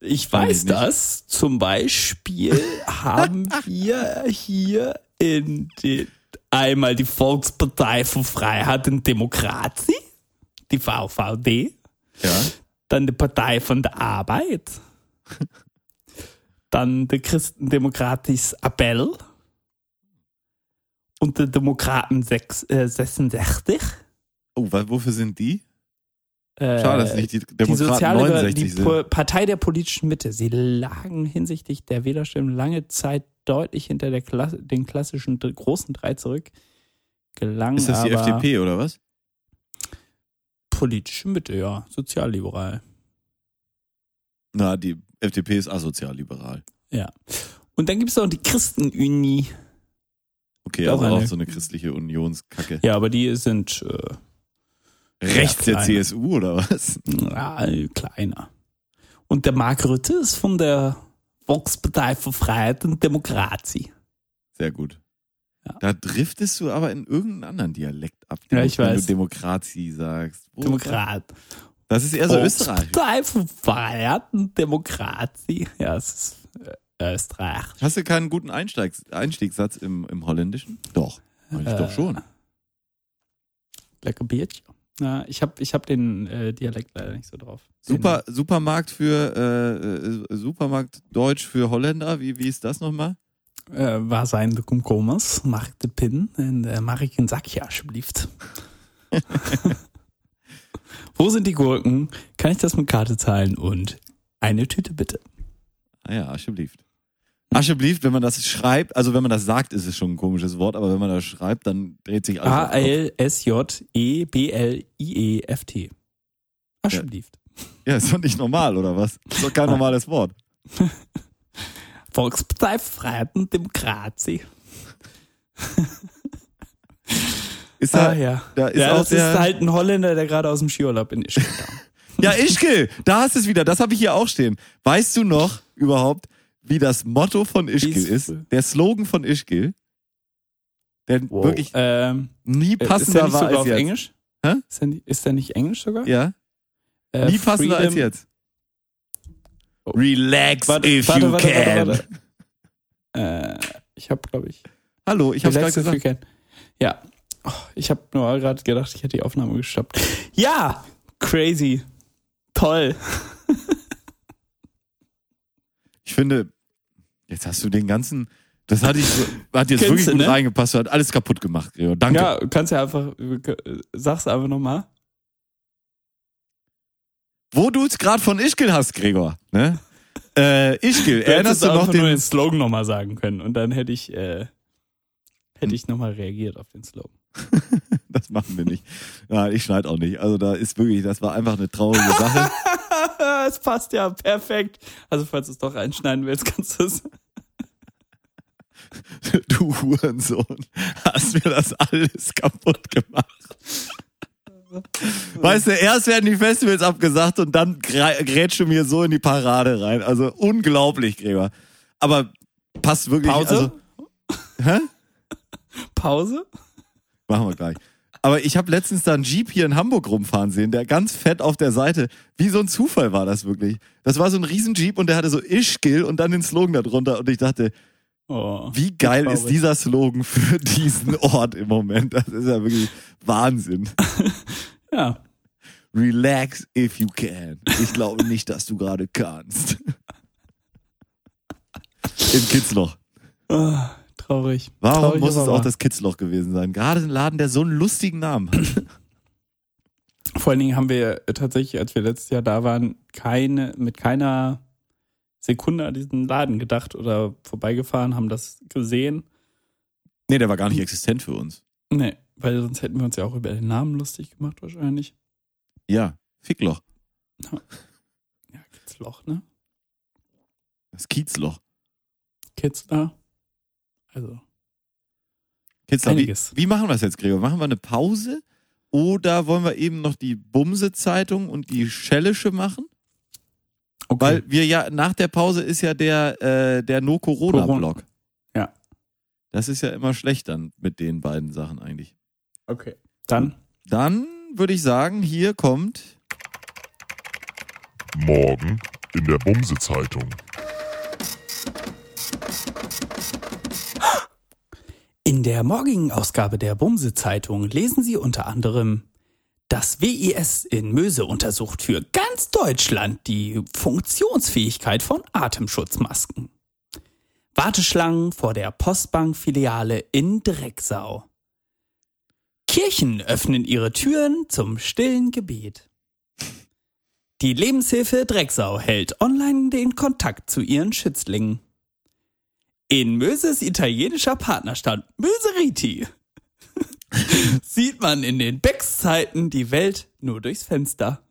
Ich Fand ich weiß nicht. das. Zum Beispiel haben wir hier in den, einmal die Volkspartei für Freiheit und Demokratie, die VVD, Ja. dann die Partei von der Arbeit, dann der Christendemokratische Appell und der Demokraten sechs- äh, 66. Oh, weil, wofür sind die? Äh, Schade, dass nicht die die Demokraten soziale 69 die sind. Po- Partei der politischen Mitte. Sie lagen hinsichtlich der Wählerstimmen lange Zeit deutlich hinter der Klasse, den klassischen dr- großen drei zurück. Gelang Ist das die aber FDP oder was? Politische Mitte, ja, sozialliberal. Na, die FDP ist asozialliberal. Ja. Und dann gibt es noch die Christenuni. Okay, Das also eine. auch so eine christliche Unionskacke. Ja, aber die sind äh, Rechts der klein. CSU oder was? ja, kleiner. Und der Mark Rütte ist von der Volkspartei für Freiheit und Demokratie. Sehr gut. Ja. Da driftest du aber in irgendeinen anderen Dialekt ab, Ja, ich wenn weiß. du Demokratie sagst. Oh, Demokrat. Das ist eher so Also Österreich. Partei für Freiheit und Demokratie. Ja, es ist äh, Österreich. Hast du keinen guten Einsteig Einstiegssatz im, im Holländischen? Doch. Mach Ich Äh. doch schon. Lecker Bierchen. Ja, ich habe ich hab den äh, Dialekt leider nicht so drauf. Super, Supermarkt für äh, äh, Supermarkt Deutsch für Holländer, wie, wie ist das nochmal? Den, äh, war sein Komkommers, mach den Pin und äh, mach ich einen Sack hier, alsjeblieft. Wo sind die Gurken? Kann ich das mit Karte zahlen? Und eine Tüte bitte. Ah ja, Ascheblieft. Ascheblieft, wenn man das schreibt, also wenn man das sagt, ist es schon ein komisches Wort, aber wenn man das schreibt, dann dreht sich alles. Ah, um. auf den Kopf. E A-L-S-J-E-B-L-I-E-F-T. Alsjeblieft. Ja, ist doch nicht normal, oder was? Ist doch kein Ah. normales Wort. Volkspartei Freiheit und Demokratie. Ist da, Ah ja. da ist ja, auch das der, ist halt ein Holländer, der gerade aus dem Skiurlaub in Ischgl kam. Ja, Ischgl, da hast du es wieder. Das habe ich hier auch stehen. Weißt du noch überhaupt, wie das Motto von Ischgl Ist- ist? Der Slogan von Ischgl? Der wirklich Ähm, nie äh, passender ist der war nicht sogar als auf jetzt. Englisch? Hä? Ist der, nicht- ist der nicht Englisch sogar? Ja, Äh, nie passender Freedom- Oh. als jetzt. Relax Warte, if warte, you warte, can. warte, warte. Äh, ich habe, glaube ich. Hallo, ich habe gerade Relax if you gesagt. can. Ja. Oh, ich habe nur gerade gedacht, ich hätte die Aufnahme gestoppt. Ja, crazy. Toll. Ich finde, jetzt hast du den ganzen. Das hatte ich, so- hat jetzt Kennst wirklich du, gut ne? reingepasst. Du hast alles kaputt gemacht, Gregor. Danke. Ja, kannst ja einfach, äh, sag's einfach nochmal. Wo du es gerade von Ischgl hast, Gregor. Ne? Äh, Ischgl, Du hättest erinnerst du noch einfach den nur den Slogan nochmal sagen können und dann hätte ich, äh, hätte ich nochmal reagiert auf den Slogan. Das machen wir nicht. Nein, ich schneide auch nicht. Also da ist wirklich, das war einfach eine traurige Sache. es passt ja perfekt. Also falls du es doch einschneiden willst, kannst du es. Du Hurensohn, hast mir das alles kaputt gemacht. Weißt du, erst werden die Festivals abgesagt und dann grä- grätschst du mir so in die Parade rein. Also unglaublich, Gregor. Aber passt wirklich. Also, hä? Pause? Machen wir gleich. Aber ich habe letztens da einen Jeep hier in Hamburg rumfahren sehen, der ganz fett auf der Seite. Wie so ein Zufall war das wirklich. Das war so ein riesen Jeep und der hatte so Ischgl und dann den Slogan darunter. Und ich dachte, Oh. wie geil Traurig. ist dieser Slogan für diesen Ort im Moment? Das ist ja wirklich Wahnsinn. Ja. Relax if you can. Ich glaube nicht, dass du gerade kannst. Im Kitzloch. Ah, Traurig. Warum Traurig, muss es aber auch wahr. das Kitzloch gewesen sein? Gerade ein Laden, der so einen lustigen Namen hat. Vor allen Dingen haben wir tatsächlich, als wir letztes Jahr da waren, keine, mit keiner Sekunde an diesen Laden gedacht oder vorbeigefahren, haben das gesehen. Nee, der war gar nicht existent für uns. Nee, weil sonst hätten wir uns ja auch über den Namen lustig gemacht wahrscheinlich. Ja, Fickloch. Ja, Kitzloch, ne? Das Kiezloch. Kitzler. Also, Kitzloch. Wie, Einiges. wie machen wir das jetzt, Gregor? Machen wir eine Pause? Oder wollen wir eben noch die Bumse-Zeitung und die Schellische machen? okay. Weil wir ja, nach der Pause ist ja der, äh, der No-Corona-Block. Ja. Das ist ja immer schlecht dann mit den beiden Sachen eigentlich. okay. Dann Dann würde ich sagen, hier kommt Morgen in der Bumse-Zeitung. In der morgigen Ausgabe der Bumse-Zeitung lesen Sie unter anderem, das WIS in Möse untersucht für ganz Deutschland die Funktionsfähigkeit von Atemschutzmasken. Warteschlangen vor der Postbank-Filiale in Drecksau. Kirchen öffnen ihre Türen zum stillen Gebet. Die Lebenshilfe Drecksau hält online den Kontakt zu ihren Schützlingen. In Möses italienischer Partnerstadt Möseriti sieht man in den Becks-Zeiten die Welt nur durchs Fenster.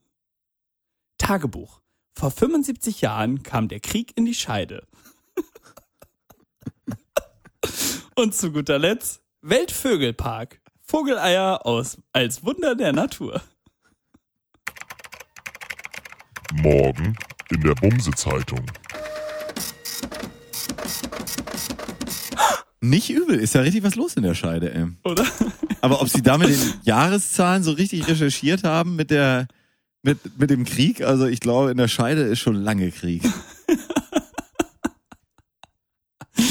Tagebuch. Vor 75 Jahren kam der Krieg in die Scheide. Und zu guter Letzt Weltvögelpark. Vogeleier aus, als Wunder der Natur. Morgen in der Bumse-Zeitung. nicht übel. Ist ja richtig was los in der Scheide, ey. Oder? Aber ob sie da mit den Jahreszahlen so richtig recherchiert haben mit der mit, mit dem Krieg, also ich glaube, in der Scheide ist schon lange Krieg.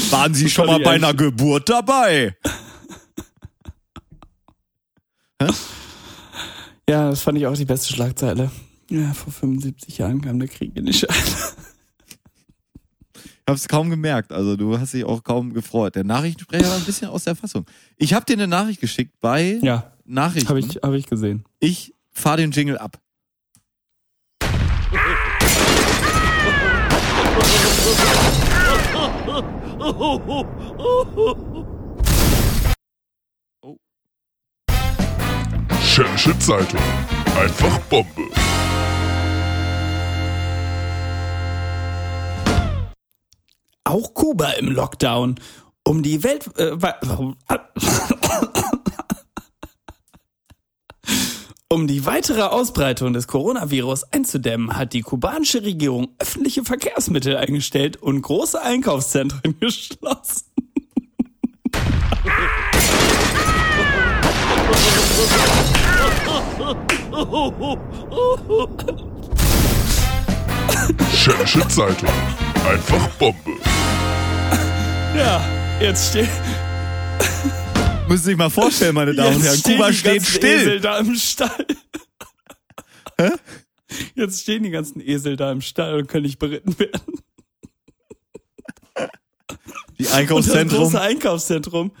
Waren Sie schon mal bei einer Geburt dabei? Ja, das fand ich auch die beste Schlagzeile. Ja, vor 75 Jahren kam der Krieg in die Scheide. Ich hab's kaum gemerkt, also du hast dich auch kaum gefreut. Der Nachrichtensprecher war ein bisschen aus der Fassung. Ich habe dir eine Nachricht geschickt bei Ja, Nachrichten. habe ich, hab ich gesehen. ich fahr den Jingle ab. Schellische Zeitung. Einfach Bombe. auch Kuba im Lockdown, um die Welt äh, wa- um die weitere Ausbreitung des Coronavirus einzudämmen, hat die kubanische Regierung öffentliche Verkehrsmittel eingestellt und große Einkaufszentren geschlossen. Schellische Zeitung. Einfach Bombe. Ja, jetzt steht Müssen Sie sich mal vorstellen, meine Damen und Herren. Kuba steht still. Esel da im Stall. Jetzt stehen die ganzen Esel da im Stall und können nicht beritten werden. Die Und das Einkaufszentrum große Einkaufszentrum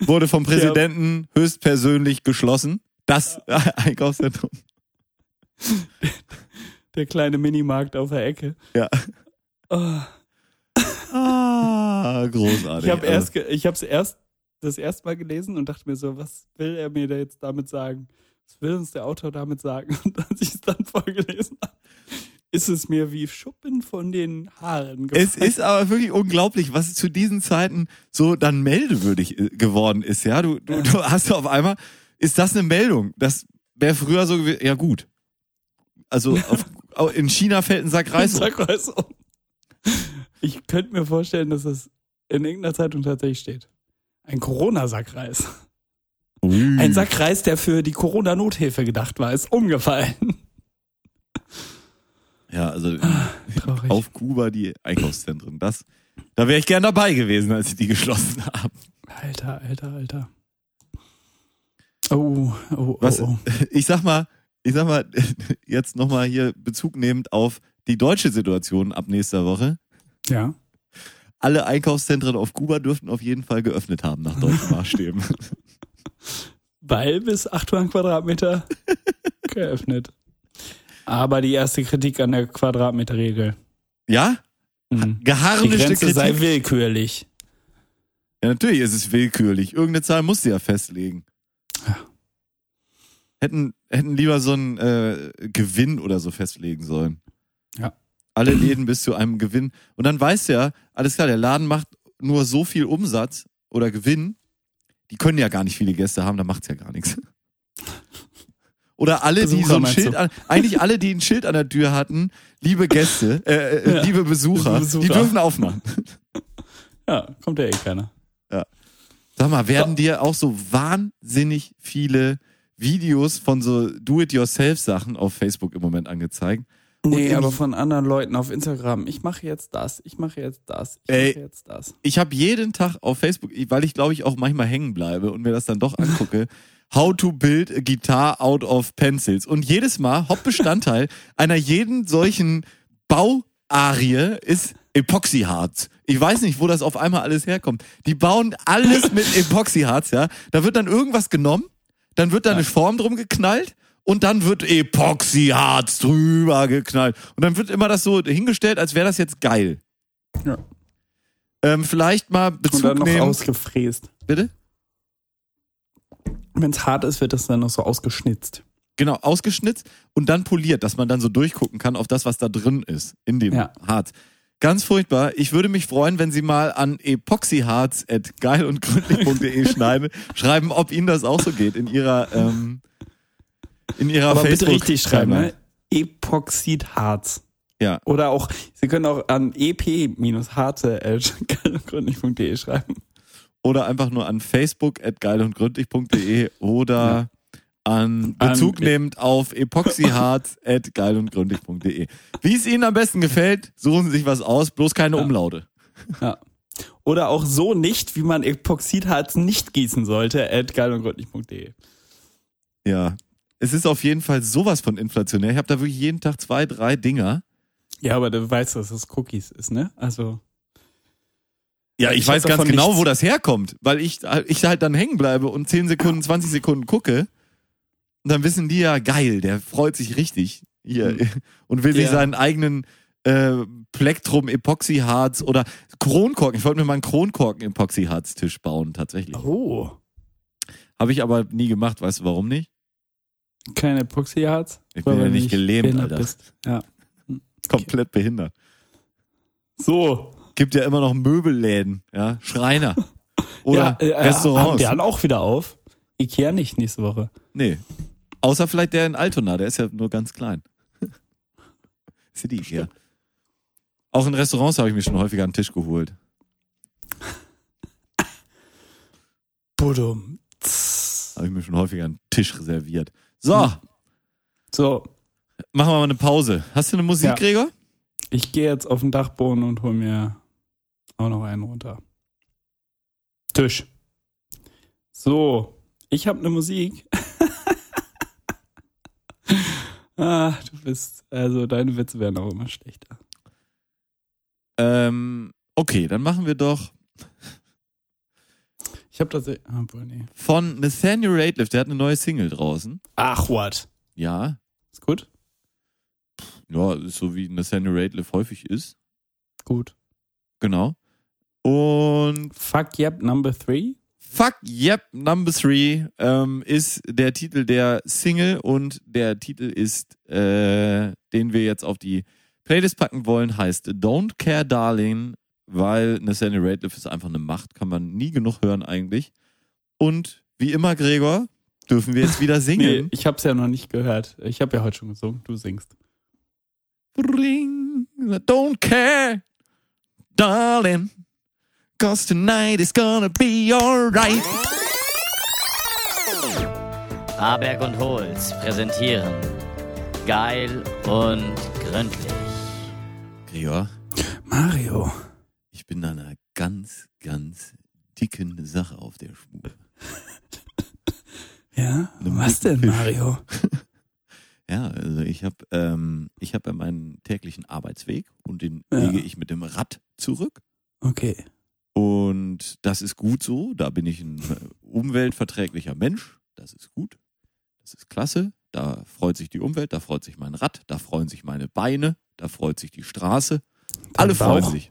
wurde vom Präsidenten höchstpersönlich geschlossen. Das Einkaufszentrum. Der kleine Minimarkt auf der Ecke. Ja. Oh, Ah, großartig. ich habe erst, ge- ich hab's erst das erste Mal gelesen und dachte mir so, was will er mir da jetzt damit sagen? Was will uns der Autor damit sagen? Und als ich es dann vorgelesen habe, ist es mir wie Schuppen von den Haaren gefallen. es ist aber wirklich unglaublich, was zu diesen Zeiten so dann meldewürdig äh, geworden ist. Ja, du, du, du hast auf einmal, ist das eine Meldung? Das wäre früher so gewesen. Ja, gut. Also auf, au- in China fällt ein Sack Reis. um. Sag mal so. Ich könnte mir vorstellen, dass es in irgendeiner Zeitung tatsächlich steht. Ein Corona-Sackreis. Hm. Ein Sackreis, der für die Corona-Nothilfe gedacht war, ist umgefallen. Ja, also Traurig. auf Kuba die Einkaufszentren. Das, da wäre ich gern dabei gewesen, als sie die geschlossen haben. Alter, alter, alter. Oh, oh, Was- oh, oh. ich sag mal, ich sag mal, jetzt nochmal hier Bezug nehmend auf die deutsche Situation ab nächster Woche. Ja. alle Einkaufszentren auf Kuba dürften auf jeden Fall geöffnet haben nach deutschen Maßstäben. Weil bis 800 Quadratmeter geöffnet. Aber die erste Kritik an der Quadratmeterregel. ja? Mhm. Die Geharnischte Grenze sei Kritik. willkürlich. Ja, natürlich ist es willkürlich. Irgendeine Zahl musst du ja festlegen. Ja. Hätten, hätten lieber so einen äh, Gewinn oder so festlegen sollen. Ja. Alle Läden bis zu einem Gewinn. Und dann weißt du ja, alles klar, der Laden macht nur so viel Umsatz oder Gewinn. Die können ja gar nicht viele Gäste haben, da macht's ja gar nichts. Oder alle, die Besucher so ein meinst Schild du? an, eigentlich alle, die ein Schild an der Tür hatten, liebe Gäste, äh, äh, Ja. liebe Besucher, Besucher. die dürfen aufmachen. Ja, kommt ja eh keiner. Sag mal, werden dir auch so wahnsinnig viele Videos von so Do-it-yourself-Sachen auf Facebook im Moment angezeigt? Nee, im- aber von anderen Leuten auf Instagram. Ich mache jetzt das, ich mache jetzt das, ich Ey. mache jetzt das. Ich habe jeden Tag auf Facebook, weil ich glaube ich auch manchmal hängen bleibe und mir das dann doch angucke, How to build a guitar out of pencils. Und jedes Mal, Hauptbestandteil einer jeden solchen Bauarie ist Epoxyharz. Ich weiß nicht, wo das auf einmal alles herkommt. Die bauen alles mit Epoxyharz, ja. Da wird dann irgendwas genommen, dann wird da eine Form drum geknallt und dann wird Epoxyharz drüber geknallt. Und dann wird immer das so hingestellt, als wäre das jetzt geil. Ja. Ähm, vielleicht mal Und Bezug dann noch nehmen. ausgefräst. Bitte? Wenn es hart ist, wird das dann noch so ausgeschnitzt. Genau, ausgeschnitzt und dann poliert, dass man dann so durchgucken kann auf das, was da drin ist, in dem Ja. Harz. Ganz furchtbar. Ich würde mich freuen, wenn Sie mal an epoxyharz.geilundgründlich.de schreiben, schreiben, ob Ihnen das auch so geht in Ihrer, ähm, in Ihrer Aber bitte facebook richtig schreiben, Timeline. ne? Epoxidharz. Ja. Oder auch, Sie können auch an e ep-harze.de e schreiben. Oder einfach nur an facebook geilundgründlich.de oder an Bezug An- nehmend auf epoxyharz geilundgründlich.de. Wie es Ihnen am besten gefällt, suchen Sie sich was aus, bloß keine Ja. Umlaute. Oder auch so nicht, wie man Epoxidharz nicht gießen sollte, at geilundgründlich.de. Ja. Es ist auf jeden Fall sowas von inflationär. Ich habe da wirklich jeden Tag zwei, drei Dinger. Ja, aber du weißt, dass das Cookies ist, ne? Also, Ja, ich, Ich weiß hab ganz davon genau, nichts. wo das herkommt, weil ich, ich halt dann hängen bleibe und 10 Sekunden, 20 Sekunden gucke. Und dann wissen die ja, geil, der freut sich richtig hier Mhm. und will sich Ja. seinen eigenen äh, Plektrum Epoxyharz oder Kronkorken. Ich wollte mir mal einen Kronkorken Epoxyharz-Tisch bauen, tatsächlich. oh, Habe ich aber nie gemacht, weißt du warum nicht? kein Epoxidharz. Ich bin weil ja du nicht gelähmt, behindert Alter. bist. Ja. Komplett behindert. So. gibt ja immer noch Möbelläden, ja, Schreiner oder ja, äh, Haben Restaurants. die dann auch wieder auf? Ikea nicht nächste Woche. nee. Außer vielleicht der in Altona, der ist ja nur ganz klein. City Ikea. Auch in Restaurants habe ich mir schon häufiger einen Tisch geholt. Budum. Habe ich mir schon häufiger einen Tisch reserviert. So, Hm. So, machen wir mal eine Pause. Hast du eine Musik, Ja. Gregor? ich gehe jetzt auf den Dachboden und hol mir auch noch einen runter. Tisch. So, ich habe eine Musik. ah, du bist, also deine Witze werden auch immer schlechter. Ähm, okay, dann machen wir doch Ich habe tatsächlich, obwohl nee. von Nathaniel Rateliff, der hat eine neue Single draußen. Ach, what? Ja, Ist gut? ja, ist so wie Nathaniel Rateliff häufig ist. Gut. Genau. Und Fuck yep, number three. Fuck Yep Number Three ähm, ist der Titel der Single und der Titel ist, äh, den wir jetzt auf die Playlist packen wollen, heißt Don't Care Darling, weil Nathaniel Radcliffe ist einfach eine Macht, kann man nie genug hören eigentlich. Und wie immer, Gregor, dürfen wir jetzt wieder Nee, singen. ich hab's ja noch nicht gehört. Ich habe ja heute schon gesungen. Du singst. Ring, don't care, darling, cause tonight is gonna be alright. Haberg und Holz präsentieren geil und gründlich. Gregor, Mario. Ich bin da einer ganz, ganz dicken Sache auf der Spur. Ja? Einem Was denn, Fisch. Mario? Ja, also ich habe ähm, ich hab ja meinen täglichen Arbeitsweg und den Ja. lege ich mit dem Rad zurück. Okay. Und das ist gut so. Da bin ich ein äh, umweltverträglicher Mensch. Das ist gut. Das ist klasse. Da freut sich die Umwelt, da freut sich mein Rad, da freuen sich meine Beine, da freut sich die Straße. Alle freuen Bauch. sich.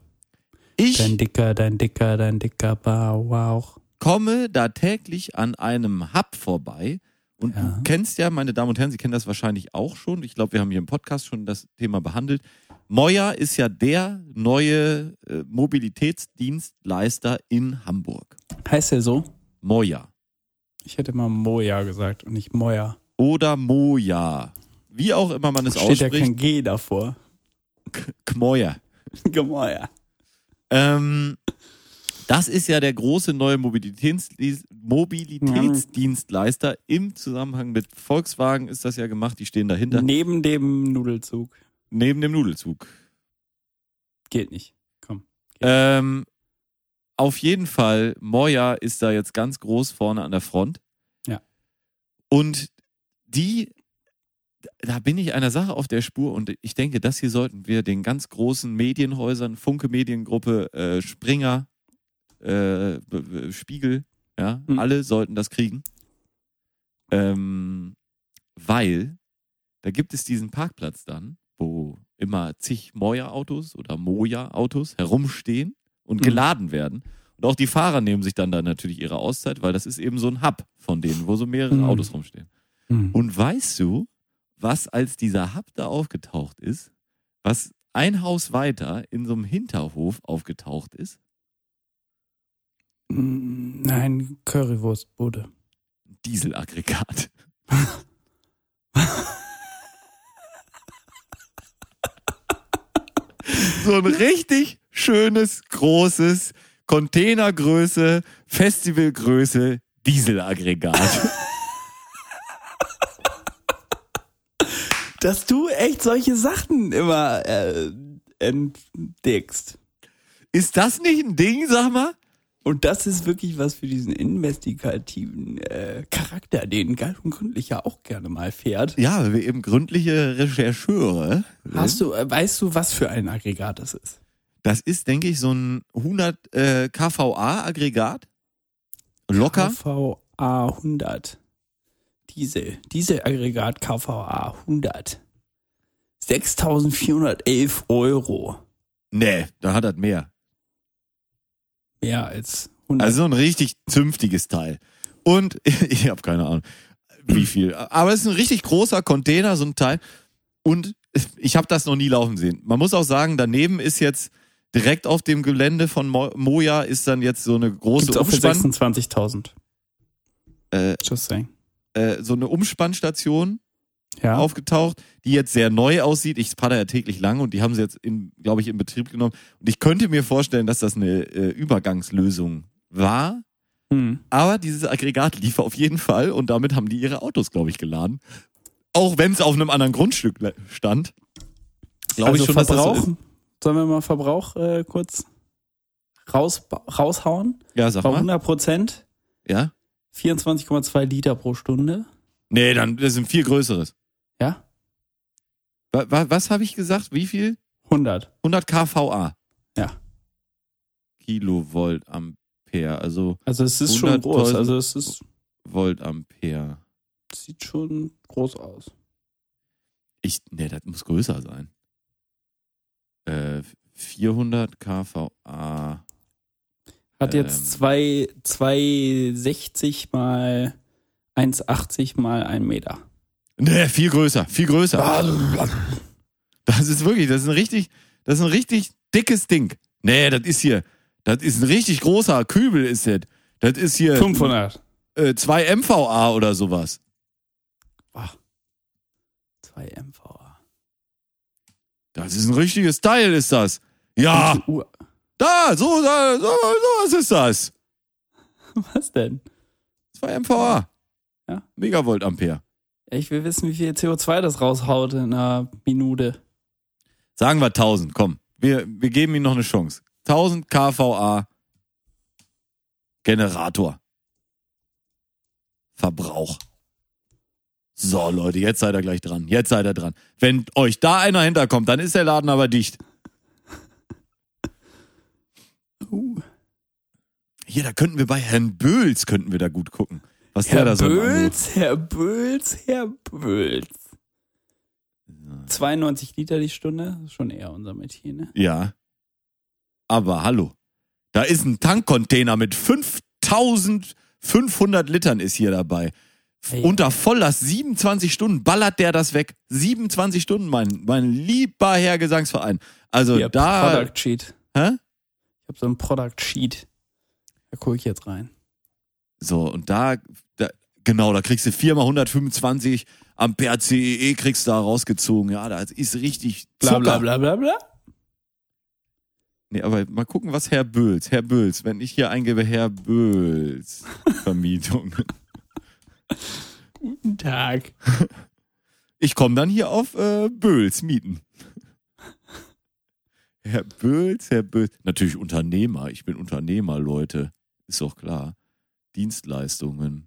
Ich Dein dicker, dein dicker, dein dicker Bauch. komme da täglich an einem Hub vorbei. Und Ja. du kennst ja, meine Damen und Herren, Sie kennen das wahrscheinlich auch schon. Ich glaube, wir haben hier im Podcast schon das Thema behandelt. Moja ist ja der neue äh, Mobilitätsdienstleister in Hamburg. Heißt der so? Moja Ich hätte mal Moja gesagt und nicht Moja. oder Moja. Wie auch immer man es Steht ja ausspricht. kein G davor. Kmoja. Gemoja. Ähm, das ist ja der große neue Mobilitätsdienst- Mobilitätsdienstleister. Im Zusammenhang mit Volkswagen ist das ja gemacht. Die stehen dahinter. Neben dem Nudelzug. Neben dem Nudelzug. Geht nicht. Komm. Ähm, auf jeden Fall, Moja ist da jetzt ganz groß vorne an der Front. Ja. Und die, da bin ich einer Sache auf der Spur und ich denke, das hier sollten wir den ganz großen Medienhäusern, Funke Mediengruppe, äh, Springer, äh, B- B- Spiegel, ja, Mhm. alle sollten das kriegen. Ähm, weil da gibt es diesen Parkplatz dann, wo immer zig Moja-Autos oder Moja-Autos herumstehen und Mhm. geladen werden. Und auch die Fahrer nehmen sich dann da natürlich ihre Auszeit, weil das ist eben so ein Hub von denen, wo so mehrere Mhm. Autos rumstehen. Hm. Und weißt du, was als dieser Hub da aufgetaucht ist, was ein Haus weiter in so einem Hinterhof aufgetaucht ist? Mm, Nein, Currywurstbude. Ein Dieselaggregat. so ein richtig schönes, großes, Containergröße, Festivalgröße, Dieselaggregat. Dass du echt solche Sachen immer äh, entdeckst. ist das nicht ein Ding, sag mal? Und das ist wirklich was für diesen investigativen äh, Charakter, den Geil und Gründlich ja auch gerne mal fährt. Ja, weil wir eben gründliche Rechercheure. Hast du, äh, weißt du, was für ein Aggregat das ist? Das ist, denke ich, so ein 100 äh, KVA-Aggregat. Locker. KVA 100. Diesel. Dieselaggregat KVA 100. 6411 Euro. Nee, da hat das mehr. Mehr als 100. Also so ein richtig zünftiges Teil. Und ich habe keine Ahnung, wie viel. Aber es ist ein richtig großer Container, so ein Teil. Und ich habe das noch nie laufen sehen. Man muss auch sagen, daneben ist jetzt direkt auf dem Gelände von Mo Moja ist dann jetzt so eine Gibt's große auch für Umspann, 26.000. äh, Just saying. äh, so eine Umspannstation. Ja. aufgetaucht, die jetzt sehr neu aussieht. Ich padder ja täglich lang und die haben sie jetzt, in, glaube ich, in Betrieb genommen. Und ich könnte mir vorstellen, dass das eine äh, Übergangslösung war. Hm. Aber dieses Aggregat lief auf jeden Fall und damit haben die ihre Autos, glaube ich, geladen. Auch wenn es auf einem anderen Grundstück le- stand. Glaube also ich schon, dass das so Verbrauch. ist. Sollen wir mal Verbrauch äh, kurz raus, raushauen? Ja, sag Bei mal. 100 Prozent Ja? 24,2 Liter pro Stunde. Nee, dann das ist ein viel größeres. Ja? Wa wa was habe ich gesagt? Wie viel? 100. 100 kVA. Ja. Kilovolt Ampere, also Also es ist schon groß. 100.000. Also es ist, Volt Ampere. sieht schon groß aus. Ich, nee, das muss größer sein. Äh, 400 kVA. Hat Ähm. jetzt zwei 260 mal 1,80 mal 1 Meter. Nee, viel größer, viel Ah, Ah. größer. Das ist wirklich, das ist ein richtig, das ist ein richtig dickes Ding. Nee, das ist hier, das ist ein richtig großer Kübel ist das. Das ist hier 500. äh, 2 MVA oder sowas. Ah. 2 MVA. Das ist ein richtiges Teil ist das. Ja, Uh, da, so, da, so, so was ist das. Was denn? 2 MVA. Ja. Megavolt Ampere. Ich will wissen, wie viel CO2 das raushaut in einer Minute. Sagen wir 1000, komm. Wir, wir geben ihm noch eine Chance. 1000 kVA Generator. Verbrauch. So, Leute, jetzt seid ihr gleich dran. Jetzt seid ihr dran. Wenn euch da einer hinterkommt, dann ist der Laden aber dicht. hier, da könnten wir bei Herrn Böhls, könnten wir da gut gucken. Was der da Herr so anbietet. Böls, Herr Böls, Herr Böls. 92 Liter die Stunde, das ist schon eher unser Metier, ne? Ja. Aber hallo. Da ist ein Tankcontainer mit 5500 Litern ist hier dabei. Ey. Unter Volllast 27 Stunden ballert der das weg. 27 Stunden, mein, mein lieber Herr Gesangsverein. Also Ihr da. Product Sheet. Hä? Ich habe so ein Product Sheet. Da gucke ich jetzt rein. So, und da, da genau, da kriegst du viermal 125 Ampere CEE kriegst du da rausgezogen. Ja, da ist richtig Bla Zucker. bla bla bla bla. Nee, aber mal gucken, was Herr Böhls, Herr Böhls, wenn ich hier eingebe, Herr Böhls Vermietung. Guten Tag. Ich komme dann hier auf äh, Böhls Mieten. Herr Böhls, Herr Böhls. Natürlich Unternehmer. Ich bin Unternehmer, Leute. Ist doch klar. Dienstleistungen.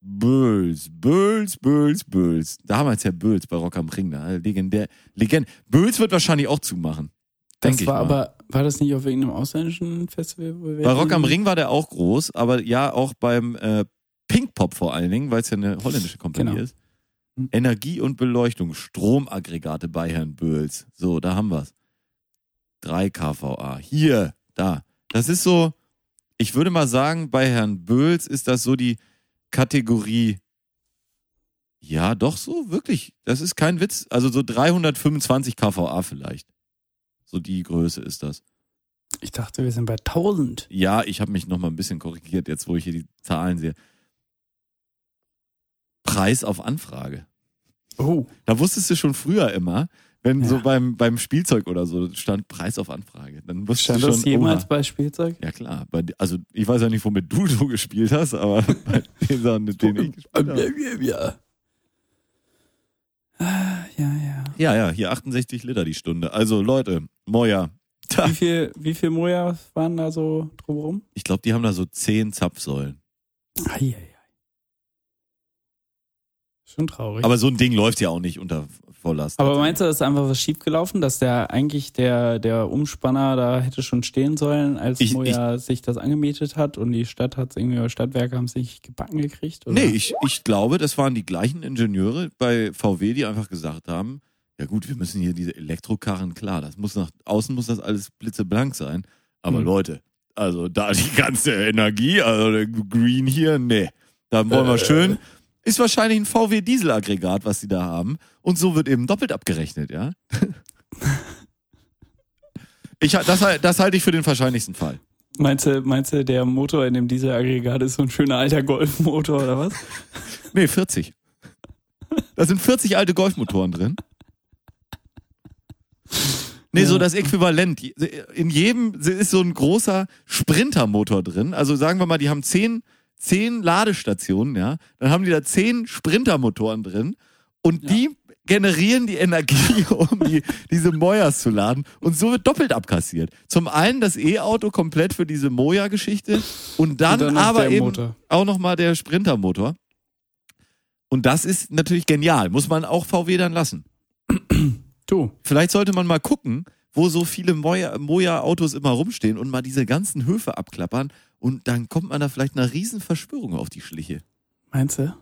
Böhls, Böhls, Böhls, Böhls. Damals Herr Böhls bei Rock am Ring. Da, legendär. Legend. Böhls wird wahrscheinlich auch zumachen. Denk Das ich war mal. aber, war das nicht auf irgendeinem ausländischen Festival? Wo wir Bei Rock am Ring war der auch groß, aber ja, auch beim äh, Pinkpop vor allen Dingen, weil es ja eine holländische Kompanie Genau. ist. Energie und Beleuchtung, Stromaggregate bei Herrn Böhls. So, da haben wir's. 3 kVA. Hier, da. Das ist so, ich würde mal sagen, bei Herrn Böhls ist das so die Kategorie. Ja, doch so, wirklich. Das ist kein Witz. Also so 325 kVA vielleicht. So die Größe ist das. Ich dachte, wir sind bei 1000. Ja, ich habe mich noch mal ein bisschen korrigiert, jetzt wo ich hier die Zahlen sehe. Preis auf Anfrage. Oh. Da wusstest du schon früher immer, wenn Ja. so beim, beim Spielzeug oder so stand Preis auf Anfrage. Dann wusstest Stand du das schon, jemals oha. bei Spielzeug? Ja klar, bei, di- also ich weiß ja nicht, womit du so gespielt hast, aber bei den Sachen, mit denen ich gespielt habe. Äh, ja. Ah, ja, ja. Ja, ja, hier 68 Liter die Stunde. Also Leute, Moja, Wie viel, wie viel Moja waren da so drumherum? ich glaube, die haben da so 10 Zapfsäulen. Eieiei. Schon traurig. Aber, Aber so ein Ding läuft ja auch nicht unter Volllast. Also, meinst du, da ist einfach was schiefgelaufen, dass der eigentlich der, der Umspanner da hätte schon stehen sollen, als Ich- Moja sich das angemietet hat und die Stadt hat irgendwie, oder Stadtwerke haben es nicht gebacken gekriegt? Oder? Nee, ich, ich glaube, das waren die gleichen Ingenieure bei VW, die einfach gesagt haben, ja gut, wir müssen hier diese Elektrokarren, klar, das muss nach außen muss das alles blitzeblank sein. Aber Hm. Leute, also da die ganze Energie, also der Green hier, nee. Da wollen wir schön. Ist wahrscheinlich ein VW-Dieselaggregat, was sie da haben. Und so wird eben doppelt abgerechnet, ja? ich, ha- das, hal- das halte ich für den wahrscheinlichsten Fall. Meinst du, meinst du, der Motor in dem Dieselaggregat ist so ein schöner alter Golfmotor oder was? Nee, 40. Da sind 40 alte Golfmotoren drin. Nee, so Ja. das Äquivalent. In jedem ist so ein großer Sprintermotor drin. Also sagen wir mal, die haben 10, 10 Ladestationen, ja. Dann haben die da 10 Sprintermotoren drin und Ja. die generieren die Energie, um die, diese Mojas zu laden. Und so wird doppelt abkassiert. Zum einen das E-Auto komplett für diese Moja-Geschichte und dann, Und dann noch aber der eben Motor. auch nochmal der Sprintermotor. Und das ist natürlich genial. Muss man auch VW dann lassen. Du, Vielleicht sollte man mal gucken, wo so viele Moja- Moja-Autos immer rumstehen und mal diese ganzen Höfe abklappern. Und dann kommt man da vielleicht einer riesen Verschwörung auf die Schliche. meinst du?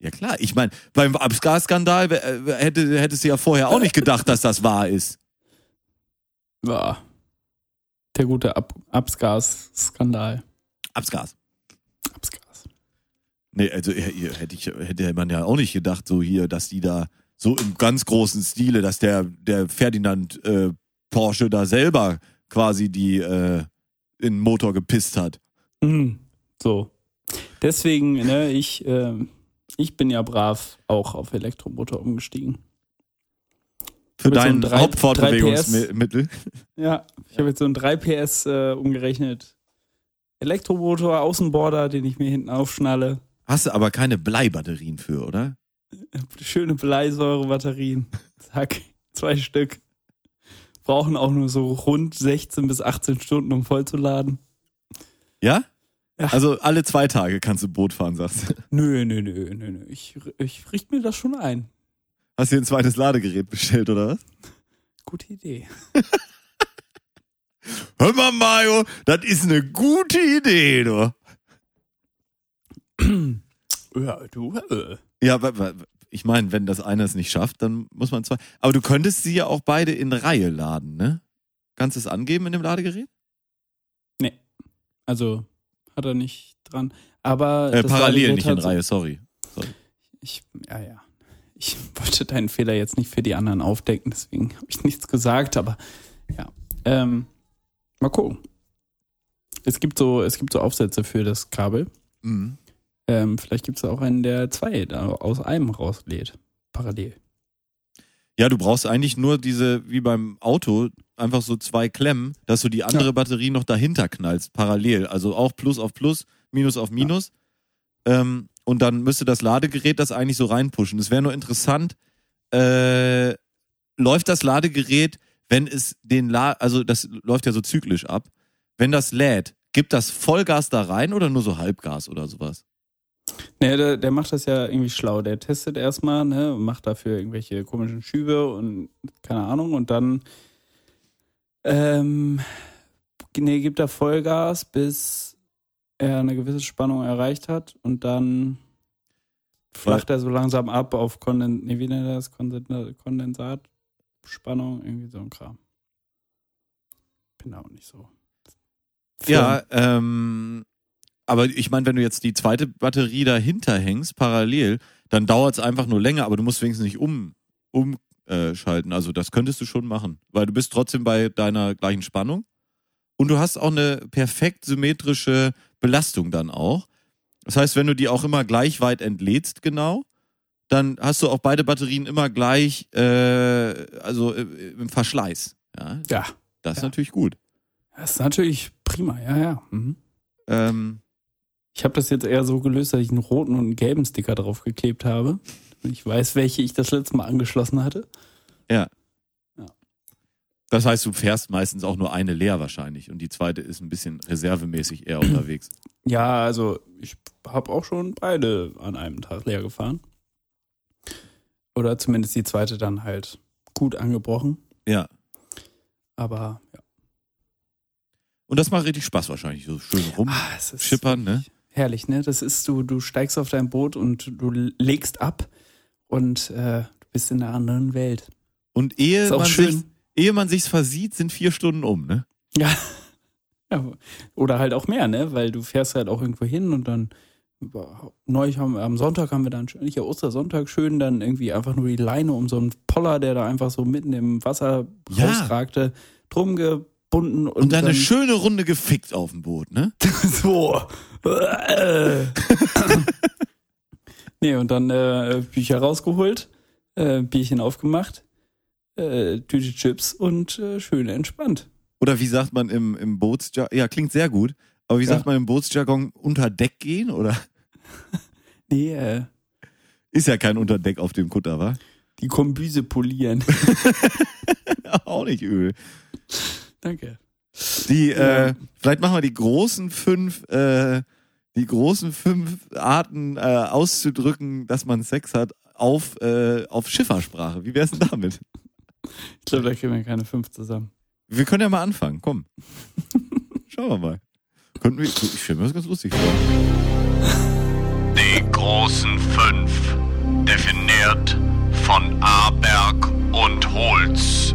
Ja klar, ich meine, beim Abgas-Skandal äh, hätte, hättest du ja vorher auch nicht gedacht, dass das wahr ist. Ja. Der gute Ab Absgas-Skandal. Abgas. Absgas. Nee, also äh, ihr- hätte, ich, hätte man ja auch nicht gedacht, so hier, dass die da so im ganz großen Stile, dass der, der Ferdinand äh, Porsche da selber quasi die äh, in den Motor gepisst hat. Mhm. So. Deswegen, ne, ich, ähm, ich bin ja brav auch auf Elektromotor umgestiegen. Für Mit so dein einem drei- drei Hauptfortbewegungsmittel. Ja, ich habe jetzt so einen 3 PS äh, umgerechnet. Elektromotor, Außenborder, den ich mir hinten aufschnalle. Hast du aber keine Bleibatterien für, oder? Schöne Bleisäurebatterien. Zack, zwei Stück. Brauchen auch nur so rund 16 bis 18 Stunden, um vollzuladen. Ja? Ja. Also alle zwei Tage kannst du Boot fahren, sagst du. Nö, nö, nö, nö, nö. Ich, ich richte mir das schon ein. Hast du dir ein zweites Ladegerät bestellt, oder was? Gute Idee. Hör mal, Mario, das ist eine gute Idee, du. Ja, du. Äh. Ja, wa- wa- ich meine, wenn das eine es nicht schafft, dann muss man zwei. Aber du könntest sie ja auch beide in Reihe laden, ne? Kannst du es angeben in dem Ladegerät? Also hat er nicht dran. Aber Äh, das parallel, Ladegerät nicht in hat so- Reihe, sorry. Ich, ja, ja. Ich wollte deinen Fehler jetzt nicht für die anderen aufdecken, deswegen habe ich nichts gesagt, aber ja. Ähm, mal gucken. Es gibt so, es gibt so Aufsätze für das Kabel. Mhm. Ähm, vielleicht gibt es auch einen, der zwei da aus einem rauslädt. Parallel. Ja, du brauchst eigentlich nur diese, wie beim Auto, einfach so zwei Klemmen, dass du die andere Ja. Batterie noch dahinter knallst, parallel. Also auch Plus auf Plus, Minus auf Minus. Ähm, und dann müsste das Ladegerät das eigentlich so reinpushen. Es wäre nur interessant, äh, läuft das Ladegerät, wenn es den La also das läuft ja so zyklisch ab, wenn das lädt, gibt das Vollgas da rein oder nur so Halbgas oder sowas? Naja, der, der macht das ja irgendwie schlau. Der testet erstmal, ne, und macht dafür irgendwelche komischen Schübe und keine Ahnung. Und dann ähm, ne, gibt er Vollgas, bis er eine gewisse Spannung erreicht hat. Und dann flacht er so langsam ab auf Konden nee, wie nennt er das? Konden- Kondensatspannung, irgendwie so ein Kram. Bin da auch nicht so. Ja, ähm, aber ich meine, wenn du jetzt die zweite Batterie dahinter hängst, parallel, dann dauert es einfach nur länger, aber du musst wenigstens nicht um, umschalten. Also das könntest du schon machen, weil du bist trotzdem bei deiner gleichen Spannung und du hast auch eine perfekt symmetrische Belastung dann auch. Das heißt, wenn du die auch immer gleich weit entlädst, genau, dann hast du auch beide Batterien immer gleich, äh, also äh, im Verschleiß. Ja, Ja, das ist Ja. natürlich gut. das ist natürlich prima, ja, ja. Mhm. Ähm, Ich habe das jetzt eher so gelöst, dass ich einen roten und einen gelben Sticker draufgeklebt habe. Und ich weiß, welche ich das letzte Mal angeschlossen hatte. Das heißt, du fährst meistens auch nur eine leer wahrscheinlich und die zweite ist ein bisschen reservemäßig eher unterwegs. Ja, also ich habe auch schon beide an einem Tag leer gefahren. Oder zumindest die zweite dann halt gut angebrochen. Ja. Aber ja. Und das macht richtig Spaß wahrscheinlich, so schön Ah, es ist rumschippern, ne? herrlich, ne? Das ist, du, du steigst auf dein Boot und du legst ab und äh, du bist in einer anderen Welt. Und ehe Ist auch man, schön. sich, ehe man sich's versieht, sind vier Stunden um, ne? Ja. ja. Oder halt auch mehr, ne? Weil du fährst halt auch irgendwo hin und dann boah, neulich haben wir, am Sonntag haben wir dann schön, ja, Ostersonntag schön, dann irgendwie einfach nur die Leine um so einen Poller, der da einfach so mitten im Wasser Ja. rausragte, drum gebunden und, Und, dann eine dann schöne Runde gefickt auf dem Boot, ne? so. Äh. nee, und dann äh, Bücher rausgeholt, äh, Bierchen aufgemacht, äh, Tüte Chips und äh, schön entspannt. Oder wie sagt man im, im Bootsjargon, ja, klingt sehr gut, aber wie Ja. sagt man im Bootsjargon, unter Deck gehen oder? Nee, äh, Ist ja kein Unterdeck auf dem Kutter, wa? die Kombüse polieren. Auch nicht übel. Danke. Die, Ja. äh, vielleicht machen wir die großen fünf, äh, die großen fünf Arten äh, auszudrücken, dass man Sex hat, auf, äh, auf Schiffersprache. Wie wär's denn damit? Ich glaube, da kriegen wir keine fünf zusammen. Wir können ja mal anfangen, komm. Schauen wir mal. Könnten wir, ich stelle mir das ganz lustig vor. Die großen fünf, definiert von Aberg und Holz.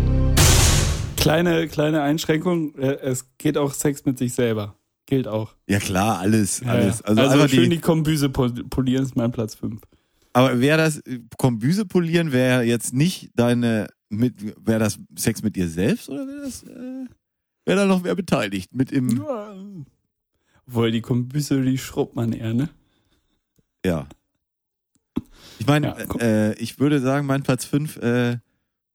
Kleine, kleine Einschränkung. äh, Es geht auch Sex mit sich selber. Gilt auch. Ja klar, alles, Ja, alles. ja. Also, also einfach schön die, die, Kombüse pol- polieren ist mein Platz fünf. aber wäre das, äh, Kombüse polieren wäre jetzt nicht deine, mit, wäre das Sex mit dir selbst oder wäre das, äh, wäre da noch mehr beteiligt mit im, Obwohl die Kombüse, die schrubbt man eher, ne? Ja. Ich meine, Ja, guck. äh, ich würde sagen, mein Platz 5, äh, ja,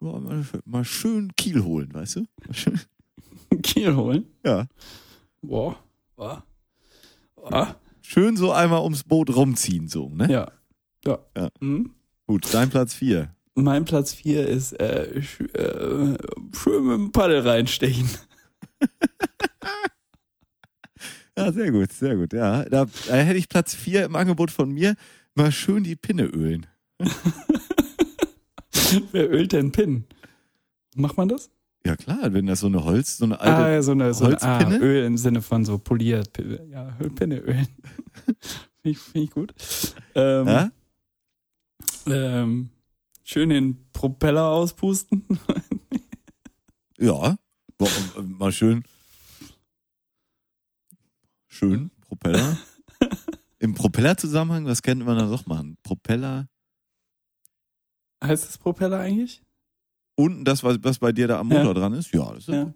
mal, mal schön Kiel holen, weißt du? Mal schön- Kiel holen. Ja. Boah. Boah. Boah. Schön so einmal ums Boot rumziehen, so, ne? Ja. Ja. Ja. Mhm. Gut, dein Platz 4. Mein Platz vier ist äh, sch äh, schön mit dem Paddel reinstechen. Ja, sehr gut, sehr gut, ja. Da, da hätte ich Platz 4 im Angebot von mir, mal schön die Pinne ölen. Wer ölt denn Pin? Macht man das? Ja klar, wenn das so eine Holz, so eine ah, alte. ja, so eine, so eine ah, Holzpinne? Öl im Sinne von so poliert. P- Ja, Pinne, Öl. Finde ich, find ich gut. Ähm, ja? ähm, schön den Propeller auspusten. ja. Wa- äh, Mal schön. Schön, Propeller. Im Propeller-Zusammenhang, was könnte man da noch machen? Propeller. heißt das Propeller eigentlich? Unten das, was, was bei dir da am Ja. Motor dran ist? Ja, das ist, Ja.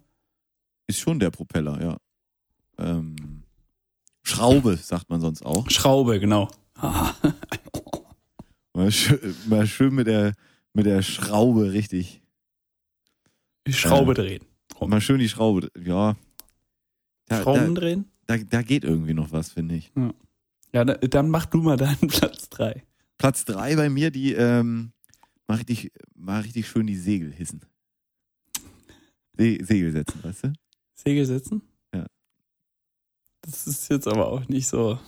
ist schon der Propeller, ja. Ähm, Schraube, sagt man sonst auch. Schraube, genau. Ah, Mal schön, mal schön mit, der, mit der Schraube richtig die Schraube Ja. drehen. Mal schön die Schraube. Ja. Da, Schrauben da, drehen? da, da geht irgendwie noch was, finde ich. Ja, da, dann mach du mal deinen Platz drei. Platz drei bei mir, die ähm, mal, richtig, mal richtig schön die Segel hissen. Se Segel setzen, weißt du? Segel setzen? Ja. Das ist jetzt aber auch nicht so.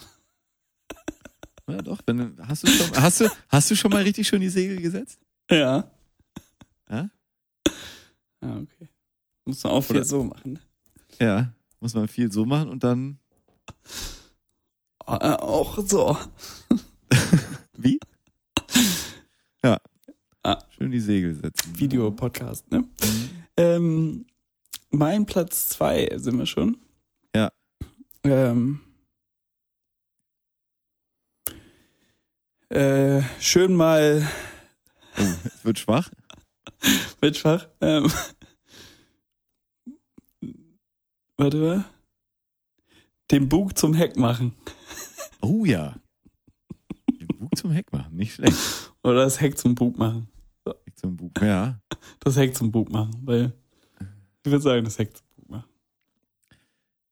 Ja, doch. Wenn, hast, du schon, hast, du, hast du schon mal richtig schön die Segel gesetzt? Ja. Ja? Ah, okay. Muss man auch viel Oder- so machen. ne? Ja. Muss man viel so machen und dann. Ah, Auch so. Wie? ja. Ah. Schön die Segel setzen. Videopodcast, ne? Ähm, mein Platz zwei sind wir schon. Ja. Ähm, äh, schön mal Oh, es wird schwach. Mitschwach. Ähm. Warte mal. Den Bug zum Heck machen. Oh ja. Den Bug zum Heck machen, nicht schlecht. Oder das Heck zum Bug machen. Heck zum Bug. Ja. Das Heck zum Bug machen. Weil ich würde sagen, das Heck zum Bug machen.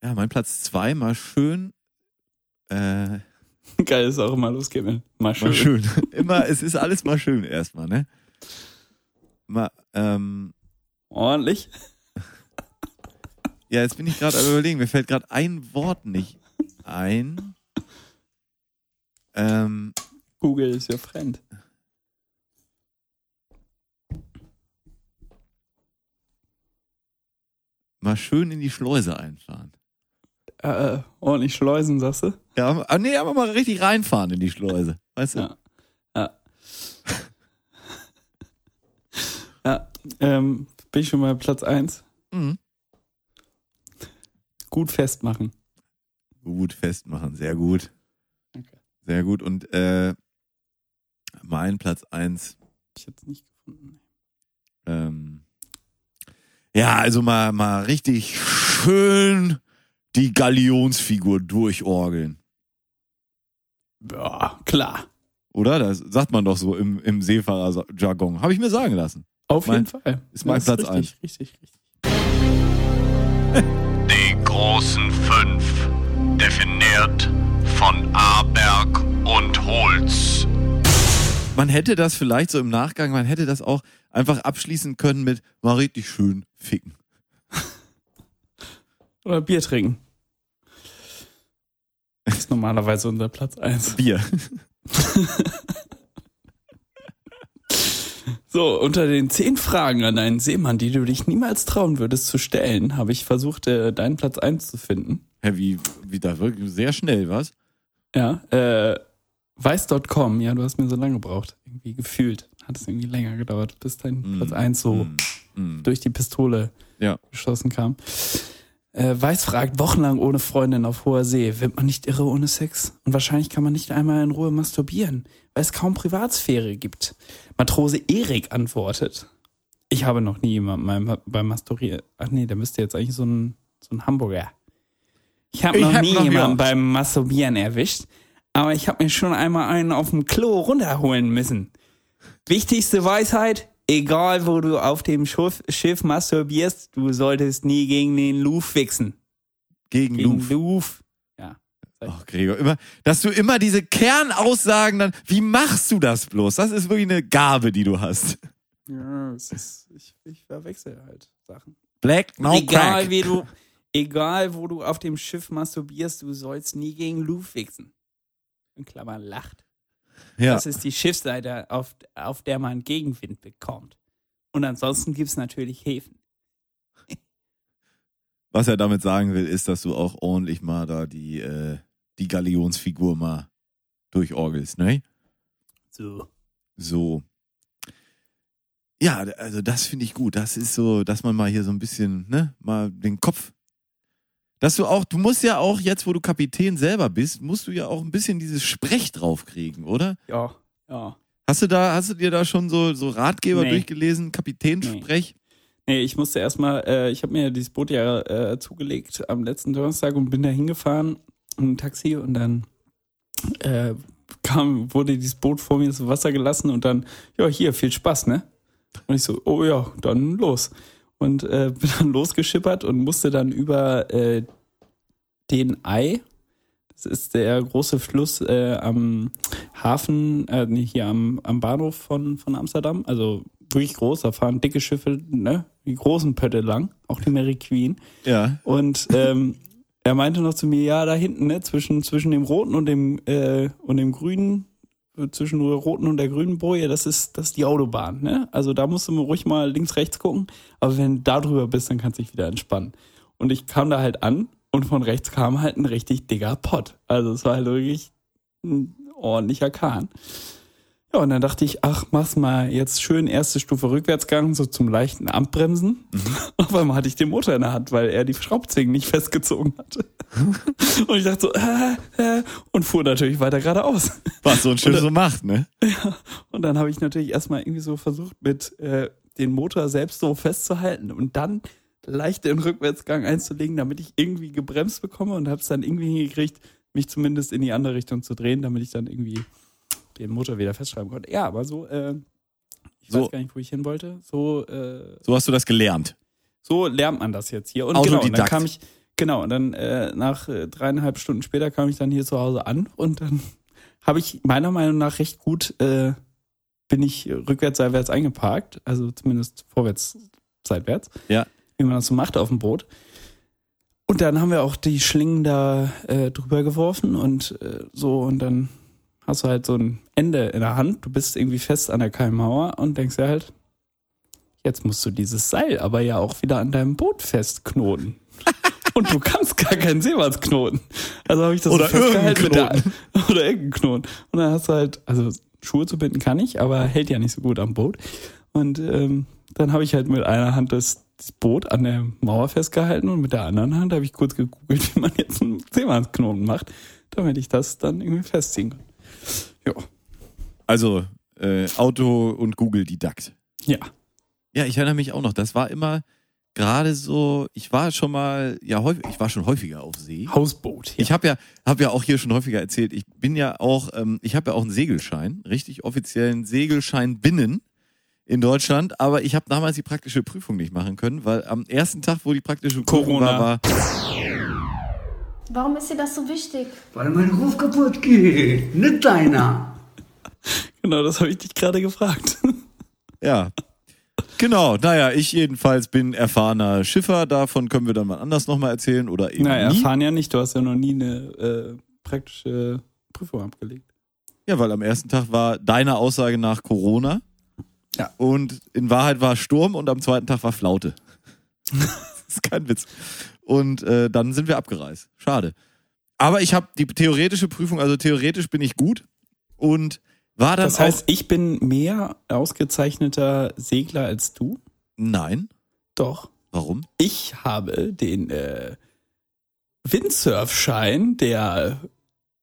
Ja, mein Platz zwei mal schön. Äh, Geil ist auch immer losgehen. ne? Mal schön. mal schön. Immer, es ist alles mal schön erstmal, ne? Mal, ähm, Ordentlich. ja, jetzt bin ich gerade am überlegen, mir fällt gerade ein Wort nicht ein. Ähm, Google ist your friend. mal schön in die Schleuse einfahren. Äh, ordentlich schleusen, sagst du? Ja, ah, nee, aber mal richtig reinfahren in die Schleuse. Weißt du? Ja. Ja. Ähm, bin ich schon mal Platz eins. Mhm. Gut festmachen. Gut festmachen, sehr gut. Okay. Sehr gut. Und äh, mein Platz eins. Hab ich jetzt nicht gefunden. Ähm, ja, also mal, mal richtig schön die Galionsfigur durchorgeln. Ja, klar. Oder? Das sagt man doch so im, im Seefahrerjargon. Habe ich mir sagen lassen. Auf Mein- jeden Fall. ist mein Das Platz richtig, eins. Richtig, richtig. Die großen fünf, definiert von Aberg und Holz. Man hätte das vielleicht so im Nachgang, man hätte das auch einfach abschließen können mit war richtig schön ficken. Oder Bier trinken. Das ist normalerweise unser Platz 1. Bier. So, unter den zehn Fragen an einen Seemann, die du dich niemals trauen würdest zu stellen, habe ich versucht, äh, deinen Platz 1 zu finden. Hä, wie, wie da wirklich sehr schnell, was? Ja, äh, weiß.com, ja, du hast mir so lange gebraucht. Irgendwie gefühlt. Hat es irgendwie länger gedauert, bis dein Mm, Platz 1 so Mm, mm. durch die Pistole Ja. geschossen kam. Äh, Weiß fragt, wochenlang ohne Freundin auf hoher See, wird man nicht irre ohne Sex? Und wahrscheinlich kann man nicht einmal in Ruhe masturbieren, weil es kaum Privatsphäre gibt. Matrose Erik antwortet, ich habe noch nie jemanden beim, beim Masturbir- Ach nee, da müsste jetzt eigentlich so ein, so ein Hamburger. Ich habe Ich noch hab nie noch jemanden jemanden. beim Masturbieren erwischt, aber ich habe mir schon einmal einen auf dem Klo runterholen müssen. Wichtigste Weisheit, egal wo du auf dem Schiff, Schiff masturbierst, du solltest nie gegen den Luf wichsen. Gegen Gegen Luft. Luf. Ja. Ach, Gregor, immer, dass du immer diese Kernaussagen dann, wie machst du das bloß? Das ist wirklich eine Gabe, die du hast. ja es ist, ich, ich verwechsel halt Sachen. Black, no egal crack. wie du, egal wo du auf dem Schiff masturbierst, du sollst nie gegen Luf wichsen. In Klammern lacht. ja. Das ist die Schiffsseite, auf, auf der man Gegenwind bekommt. Und ansonsten gibt's natürlich Häfen. Was er damit sagen will, ist, dass du auch ordentlich mal da die, äh, die Galionsfigur mal durchorgelst, ne? So. So. Ja, also das finde ich gut. Das ist so, dass man mal hier so ein bisschen, ne, mal den Kopf. Dass du auch, du musst ja auch jetzt, wo du Kapitän selber bist, musst du ja auch ein bisschen dieses Sprech draufkriegen, oder? Ja. Ja. Hast du da, hast du dir da schon so, so Ratgeber Nee. durchgelesen? Kapitänsprech? Nee, ich musste erstmal, äh, ich habe mir dieses Boot ja äh, zugelegt am letzten Donnerstag und bin da hingefahren im Taxi und dann äh, kam, wurde dieses Boot vor mir ins Wasser gelassen und dann, ja, hier, viel Spaß, ne? Und ich so, oh ja, dann los. Und äh, bin dann losgeschippert und musste dann über äh, den Ei, das ist der große Fluss äh, am Hafen, äh, nee, hier am, am Bahnhof von, von Amsterdam, also wirklich groß, da fahren dicke Schiffe, ne, die großen Pötte lang, auch die Mary Queen. Ja. Und ähm, er meinte noch zu mir, ja, da hinten, ne, zwischen, zwischen dem roten und dem, äh, und dem grünen, äh, zwischen der roten und der grünen Boje, das ist, das ist die Autobahn, ne? Also da musst du mal ruhig mal links, rechts gucken. Aber wenn du da drüber bist, dann kannst du dich wieder entspannen. Und ich kam da halt an und von rechts kam halt ein richtig dicker Pott. Also es war halt wirklich ein ordentlicher Kahn. Ja, und dann dachte ich, ach, mach's mal jetzt schön erste Stufe Rückwärtsgang, so zum leichten Abbremsen. Auf einmal hatte ich den Motor in der Hand, weil er die Schraubzwingen nicht festgezogen hatte. und ich dachte so, äh, äh, und fuhr natürlich weiter geradeaus. Was so ein Schiff so macht, ne? Und dann habe ich natürlich erstmal irgendwie so versucht, mit äh, den Motor selbst so festzuhalten und dann leicht den Rückwärtsgang einzulegen, damit ich irgendwie gebremst bekomme und habe es dann irgendwie hingekriegt, mich zumindest in die andere Richtung zu drehen, damit ich dann irgendwie den Motor wieder festschreiben konnte. Ja, aber so, äh, ich So. weiß gar nicht, wo ich hin wollte. So, äh, So hast du das gelernt. so lernt man das jetzt hier. Und genau, und dann Autodidakt. kam ich, genau, und dann äh, nach äh, dreieinhalb Stunden später kam ich dann hier zu Hause an und dann habe ich meiner Meinung nach recht gut, äh, bin ich rückwärts, seitwärts eingeparkt, also zumindest vorwärts, seitwärts. Ja. Wie man das so macht auf dem Boot. Und dann haben wir auch die Schlingen da äh, drüber geworfen und äh, so und dann hast du halt so ein Ende in der Hand, du bist irgendwie fest an der Keimauer und denkst dir halt, jetzt musst du dieses Seil aber ja auch wieder an deinem Boot festknoten. Und du kannst gar keinen Seewaldsknoten. Also habe ich das Oder so festgehalten mit der, irgendeinen oder irgendeinen Knoten. Und dann hast du halt, also Schuhe zu binden kann ich, aber hält ja nicht so gut am Boot. Und ähm, dann habe ich halt mit einer Hand das, das Boot an der Mauer festgehalten und mit der anderen Hand habe ich kurz gegoogelt, wie man jetzt einen Seemannsknoten macht, damit ich das dann irgendwie festziehen kann. Ja. Also äh, Auto- und Google-Didakt. Ja. Ja, ich erinnere mich auch noch. Das war immer gerade so, ich war schon mal, ja, häufig, ich war schon häufiger auf See. Hausboot. Ja. Ich habe ja, hab ja auch hier schon häufiger erzählt, ich bin ja auch, ähm, ich habe ja auch einen Segelschein, richtig offiziellen Segelschein binnen in Deutschland, aber ich habe damals die praktische Prüfung nicht machen können, weil am ersten Tag, wo die praktische Prüfung Corona. war, war Warum ist dir das so wichtig? Weil mein Ruf kaputt geht, nicht deiner. Genau, das habe ich dich gerade gefragt. Ja. Genau, naja, ich jedenfalls bin erfahrener Schiffer, davon können wir dann mal anders nochmal erzählen oder eben Naja, nie. erfahren ja nicht. Du hast ja noch nie eine äh, praktische Prüfung abgelegt. Ja, weil am ersten Tag war deiner Aussage nach Corona. Ja. Und in Wahrheit war Sturm und am zweiten Tag war Flaute. das ist kein Witz. Und äh, dann sind wir abgereist. Schade. Aber ich habe die theoretische Prüfung, also theoretisch bin ich gut und war dann Das heißt, ich bin mehr ausgezeichneter Segler als du. auch. Nein. Doch. Warum? Ich habe den äh, Windsurfschein der,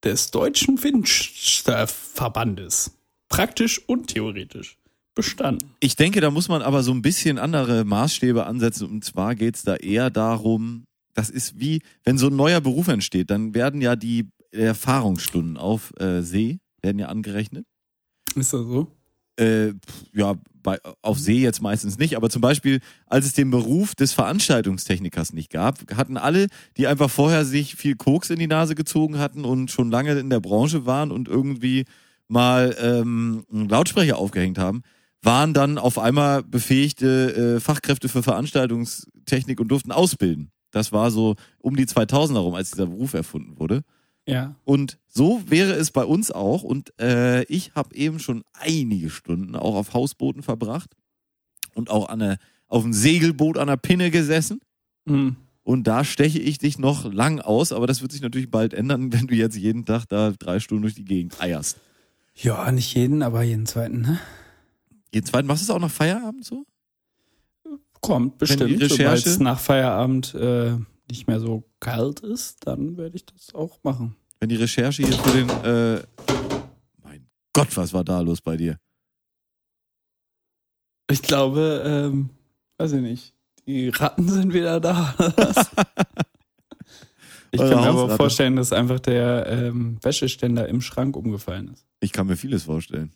des Deutschen Windsurfverbandes praktisch und theoretisch bestanden. Ich denke, da muss man aber so ein bisschen andere Maßstäbe ansetzen. Und zwar geht's da eher darum, das ist wie, wenn so ein neuer Beruf entsteht, dann werden ja die Erfahrungsstunden auf äh, See, werden ja angerechnet. Ist das so? Äh, pf, ja, bei, auf See jetzt meistens nicht, aber zum Beispiel, als es den Beruf des Veranstaltungstechnikers nicht gab, hatten alle, die einfach vorher sich viel Koks in die Nase gezogen hatten und schon lange in der Branche waren und irgendwie mal ähm, einen Lautsprecher aufgehängt haben, waren dann auf einmal befähigte äh, Fachkräfte für Veranstaltungstechnik und durften ausbilden. Das war so um die 2000er rum, als dieser Beruf erfunden wurde. Ja. Und so wäre es bei uns auch. Und äh, ich habe eben schon einige Stunden auch auf Hausbooten verbracht und auch an der, auf dem Segelboot an der Pinne gesessen Hm. Und da steche ich dich noch lang aus, aber das wird sich natürlich bald ändern, wenn du jetzt jeden Tag da drei Stunden durch die Gegend eierst. Ja, nicht jeden, aber jeden zweiten, ne? Jeden zweiten machst du es auch nach Feierabend so? Kommt bestimmt. die Sobald es Recherche- nach Feierabend äh, nicht mehr so kalt ist, dann werde ich das auch machen. Wenn die Recherche hier für den. Äh, mein Gott, was war da los bei dir? Ich glaube, ähm, weiß ich nicht, die Ratten sind wieder da. ich Eure kann mir aber Hausratte. vorstellen, dass einfach der ähm, Wäscheständer im Schrank umgefallen ist. Ich kann mir vieles vorstellen.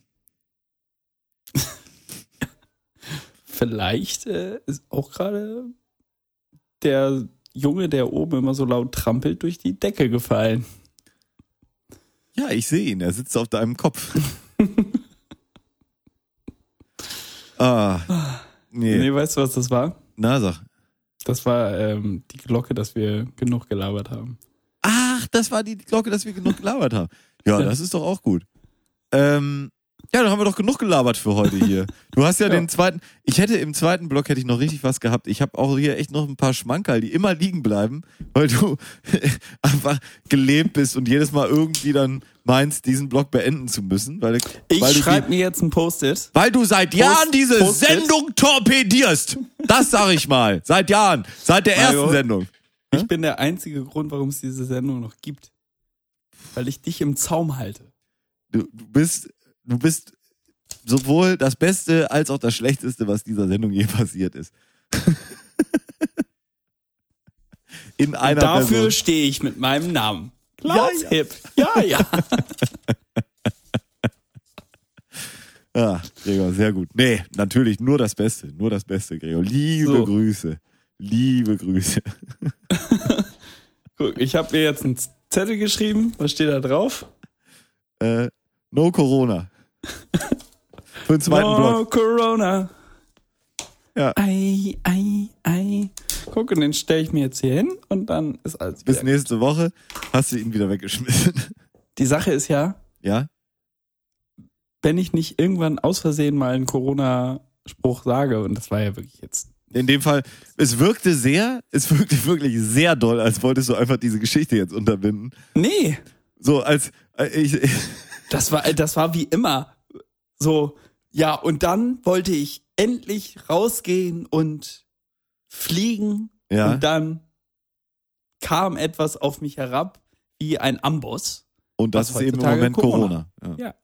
Vielleicht äh, ist auch gerade der Junge, der oben immer so laut trampelt, durch die Decke gefallen. Ja, ich sehe ihn. Er sitzt auf deinem Kopf. ah. Nee. Nee, weißt du, was das war? Na, sag. Das war ähm, die Glocke, dass wir genug gelabert haben. Ach, das war die Glocke, dass wir genug gelabert haben. Ja, Ja. das ist doch auch gut. Ähm, ja, dann haben wir doch genug gelabert für heute hier. Du hast ja, Ja. den zweiten. Ich hätte im zweiten Block hätte ich noch richtig was gehabt. Ich habe auch hier echt noch ein paar Schmankerl, die immer liegen bleiben, weil du einfach gelebt bist und jedes Mal irgendwie dann meinst, diesen Block beenden zu müssen, weil, Ich weil, du, schreibe die, mir jetzt ein Post-it. weil du seit Jahren diese Post-it. Sendung torpedierst. Das sag ich mal. Seit Jahren. Seit der Mario. ersten Sendung. Ich bin der einzige Grund, warum es diese Sendung noch gibt. Weil ich dich im Zaum halte. du, du bist, du bist sowohl das Beste als auch das Schlechteste, was dieser Sendung je passiert ist. In einer Dafür Person. stehe ich mit meinem Namen. Klaus ja. Hipp. Ja, ja. Ja, Gregor, sehr gut. Nee, natürlich nur das Beste, nur das Beste, Gregor. Liebe So. Grüße. Liebe Grüße. Guck, ich habe mir jetzt einen Zettel geschrieben. Was steht da drauf? Äh, no Corona. Für den zweiten no Block. Corona. Ja. Ei, ei, ei. Guck, und den stelle ich mir jetzt hier hin und dann ist alles Bis wieder. nächste Woche hast du ihn wieder weggeschmissen. Die Sache ist ja, Ja? wenn ich nicht irgendwann aus Versehen mal einen Corona-Spruch sage, und das war ja wirklich jetzt In dem Fall, es wirkte sehr, es wirkte wirklich sehr doll, als wolltest du einfach diese Geschichte jetzt unterbinden. Nee, So als äh, ich, das war, das war wie immer so. Ja, und dann wollte ich endlich rausgehen und fliegen. ja Und dann kam etwas auf mich herab, wie ein Amboss. und das was ist eben im heutzutage Moment Corona. Corona. Ja.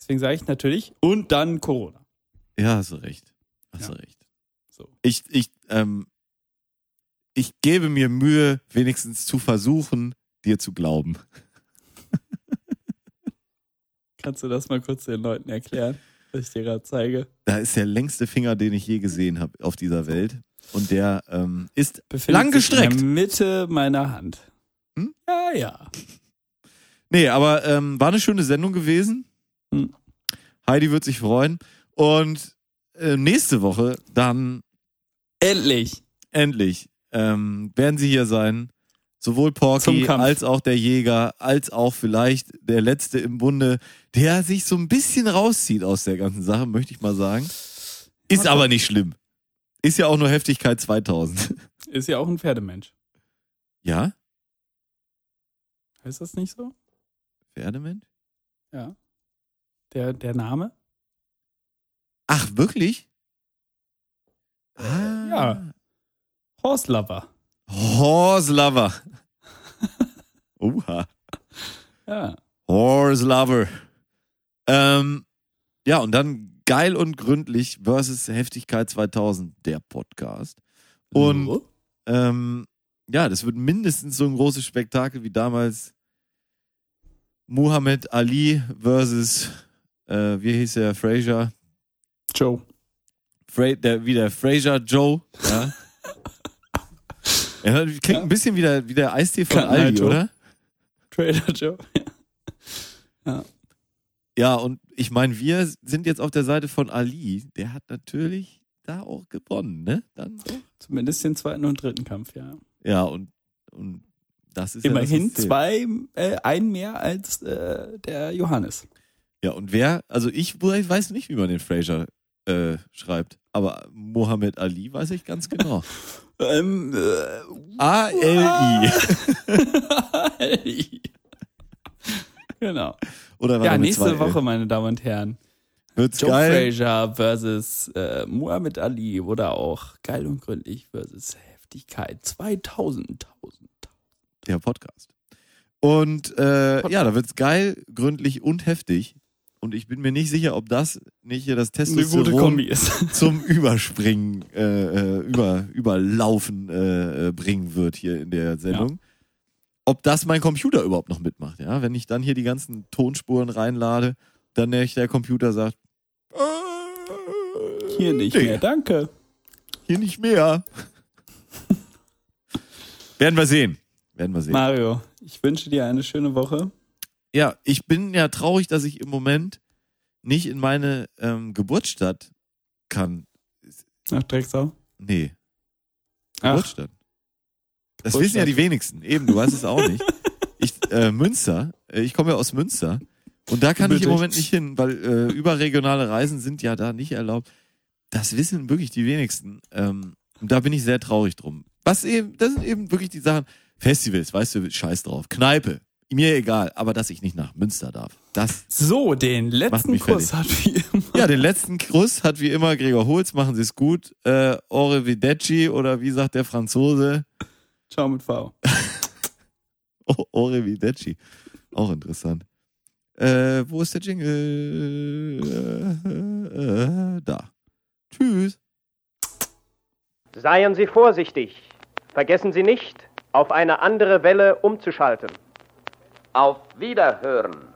Deswegen sage ich natürlich, und dann Corona. ja, hast du recht, hast Ja. du recht. So. Ich ich ähm, ich gebe mir Mühe, wenigstens zu versuchen, dir zu glauben. Kannst du das mal kurz den Leuten erklären, was ich dir gerade zeige? Da ist der längste Finger, den ich je gesehen habe auf dieser Welt und der ähm, ist Befindet Lang sich In gestreckt. der Mitte meiner Hand. Hm? Ja, ja. Nee, aber ähm, war eine schöne Sendung gewesen. Hm. Heidi wird sich freuen. Und äh, nächste Woche dann Endlich. endlich ähm, werden sie hier sein. Sowohl Zum Porky Kampf. als auch der Jäger, als auch vielleicht der Letzte im Bunde, der sich so ein bisschen rauszieht aus der ganzen Sache, möchte ich mal sagen. Ist aber nicht schlimm. Ist ja auch nur Heftigkeit 2000. Ist ja auch ein Pferdemensch. Ja? Heißt das nicht so? Pferdemensch? Ja. Der, der Name? Ach, wirklich? Ah. ja. Horse Lover. Horse Lover. Oha. Ja. Horse Lover. Ähm, ja, und dann geil und gründlich versus Heftigkeit 2000, der Podcast. Und So. ähm, ja, das wird mindestens so ein großes Spektakel wie damals Muhammad Ali versus, äh, wie hieß er, Fraser, Joe. Fra der, wie der Fraser Joe. Ja. ja, klingt ein bisschen wie der, wie der Eistee von Kantenheit Aldi, Joe. oder? Trader Joe. Ja, und ich meine, wir sind jetzt auf der Seite von Ali. Der hat natürlich da auch gewonnen, ne? Genau. Dann doch. Zumindest den zweiten und dritten Kampf, ja. Ja, und, und das ist ja, Immerhin das, was zählt. zwei, äh, ein mehr als äh, der Johannes. Ja, und wer, also ich we- weiß nicht, wie man den Fraser äh, schreibt. Aber Mohammed Ali weiß ich ganz genau. Ähm, äh, A-L-I. genau. Oder war Ja, da mit zwei nächste L? Woche, meine Damen und Herren. Wird's Joe geil. Frazier versus äh, Muhammad Ali oder auch Geil und Gründlich versus Heftigkeit 2000. 1000. Der Podcast. Und äh, ja, da wird's geil, gründlich und heftig. Und ich bin mir nicht sicher, ob das nicht hier das Testosteron ist. zum Überspringen, äh, äh, über, überlaufen äh, äh, bringen wird hier in der Sendung. Ob das mein Computer überhaupt noch mitmacht, ja? Wenn ich dann hier die ganzen Tonspuren reinlade, dann der, der Computer sagt, äh, Hier nicht Digga, mehr, danke. Hier nicht mehr. Werden wir sehen. Werden wir sehen. Mario, ich wünsche dir eine schöne Woche. ja, ich bin ja traurig, dass ich im Moment nicht in meine ähm, Geburtsstadt kann. Nach Drecksau. Nee, Ach, Geburtsstadt. Das wissen ja die wenigsten. Eben, du weißt es auch nicht. Ich, äh, Münster, äh, ich komme ja aus Münster und da kann ich Bitte. im Moment nicht hin, weil äh, überregionale Reisen sind ja da nicht erlaubt. Das wissen wirklich die wenigsten. Ähm, und da bin ich sehr traurig drum. Was eben, das sind eben wirklich die Sachen. Festivals, weißt du, scheiß drauf. Kneipe, mir egal, aber dass ich nicht nach Münster darf. Das so, den letzten mich Kuss hat wie immer. ja, den letzten Kuss hat wie immer Gregor Holz. Machen Sie es gut. Äh, Orevideci oder wie sagt der Franzose? Ciao mit V. O Orevideci. Auch interessant. Äh, wo ist der Jingle? Äh, äh, da. Tschüss. Seien Sie vorsichtig. Vergessen Sie nicht, auf eine andere Welle umzuschalten. Auf Wiederhören.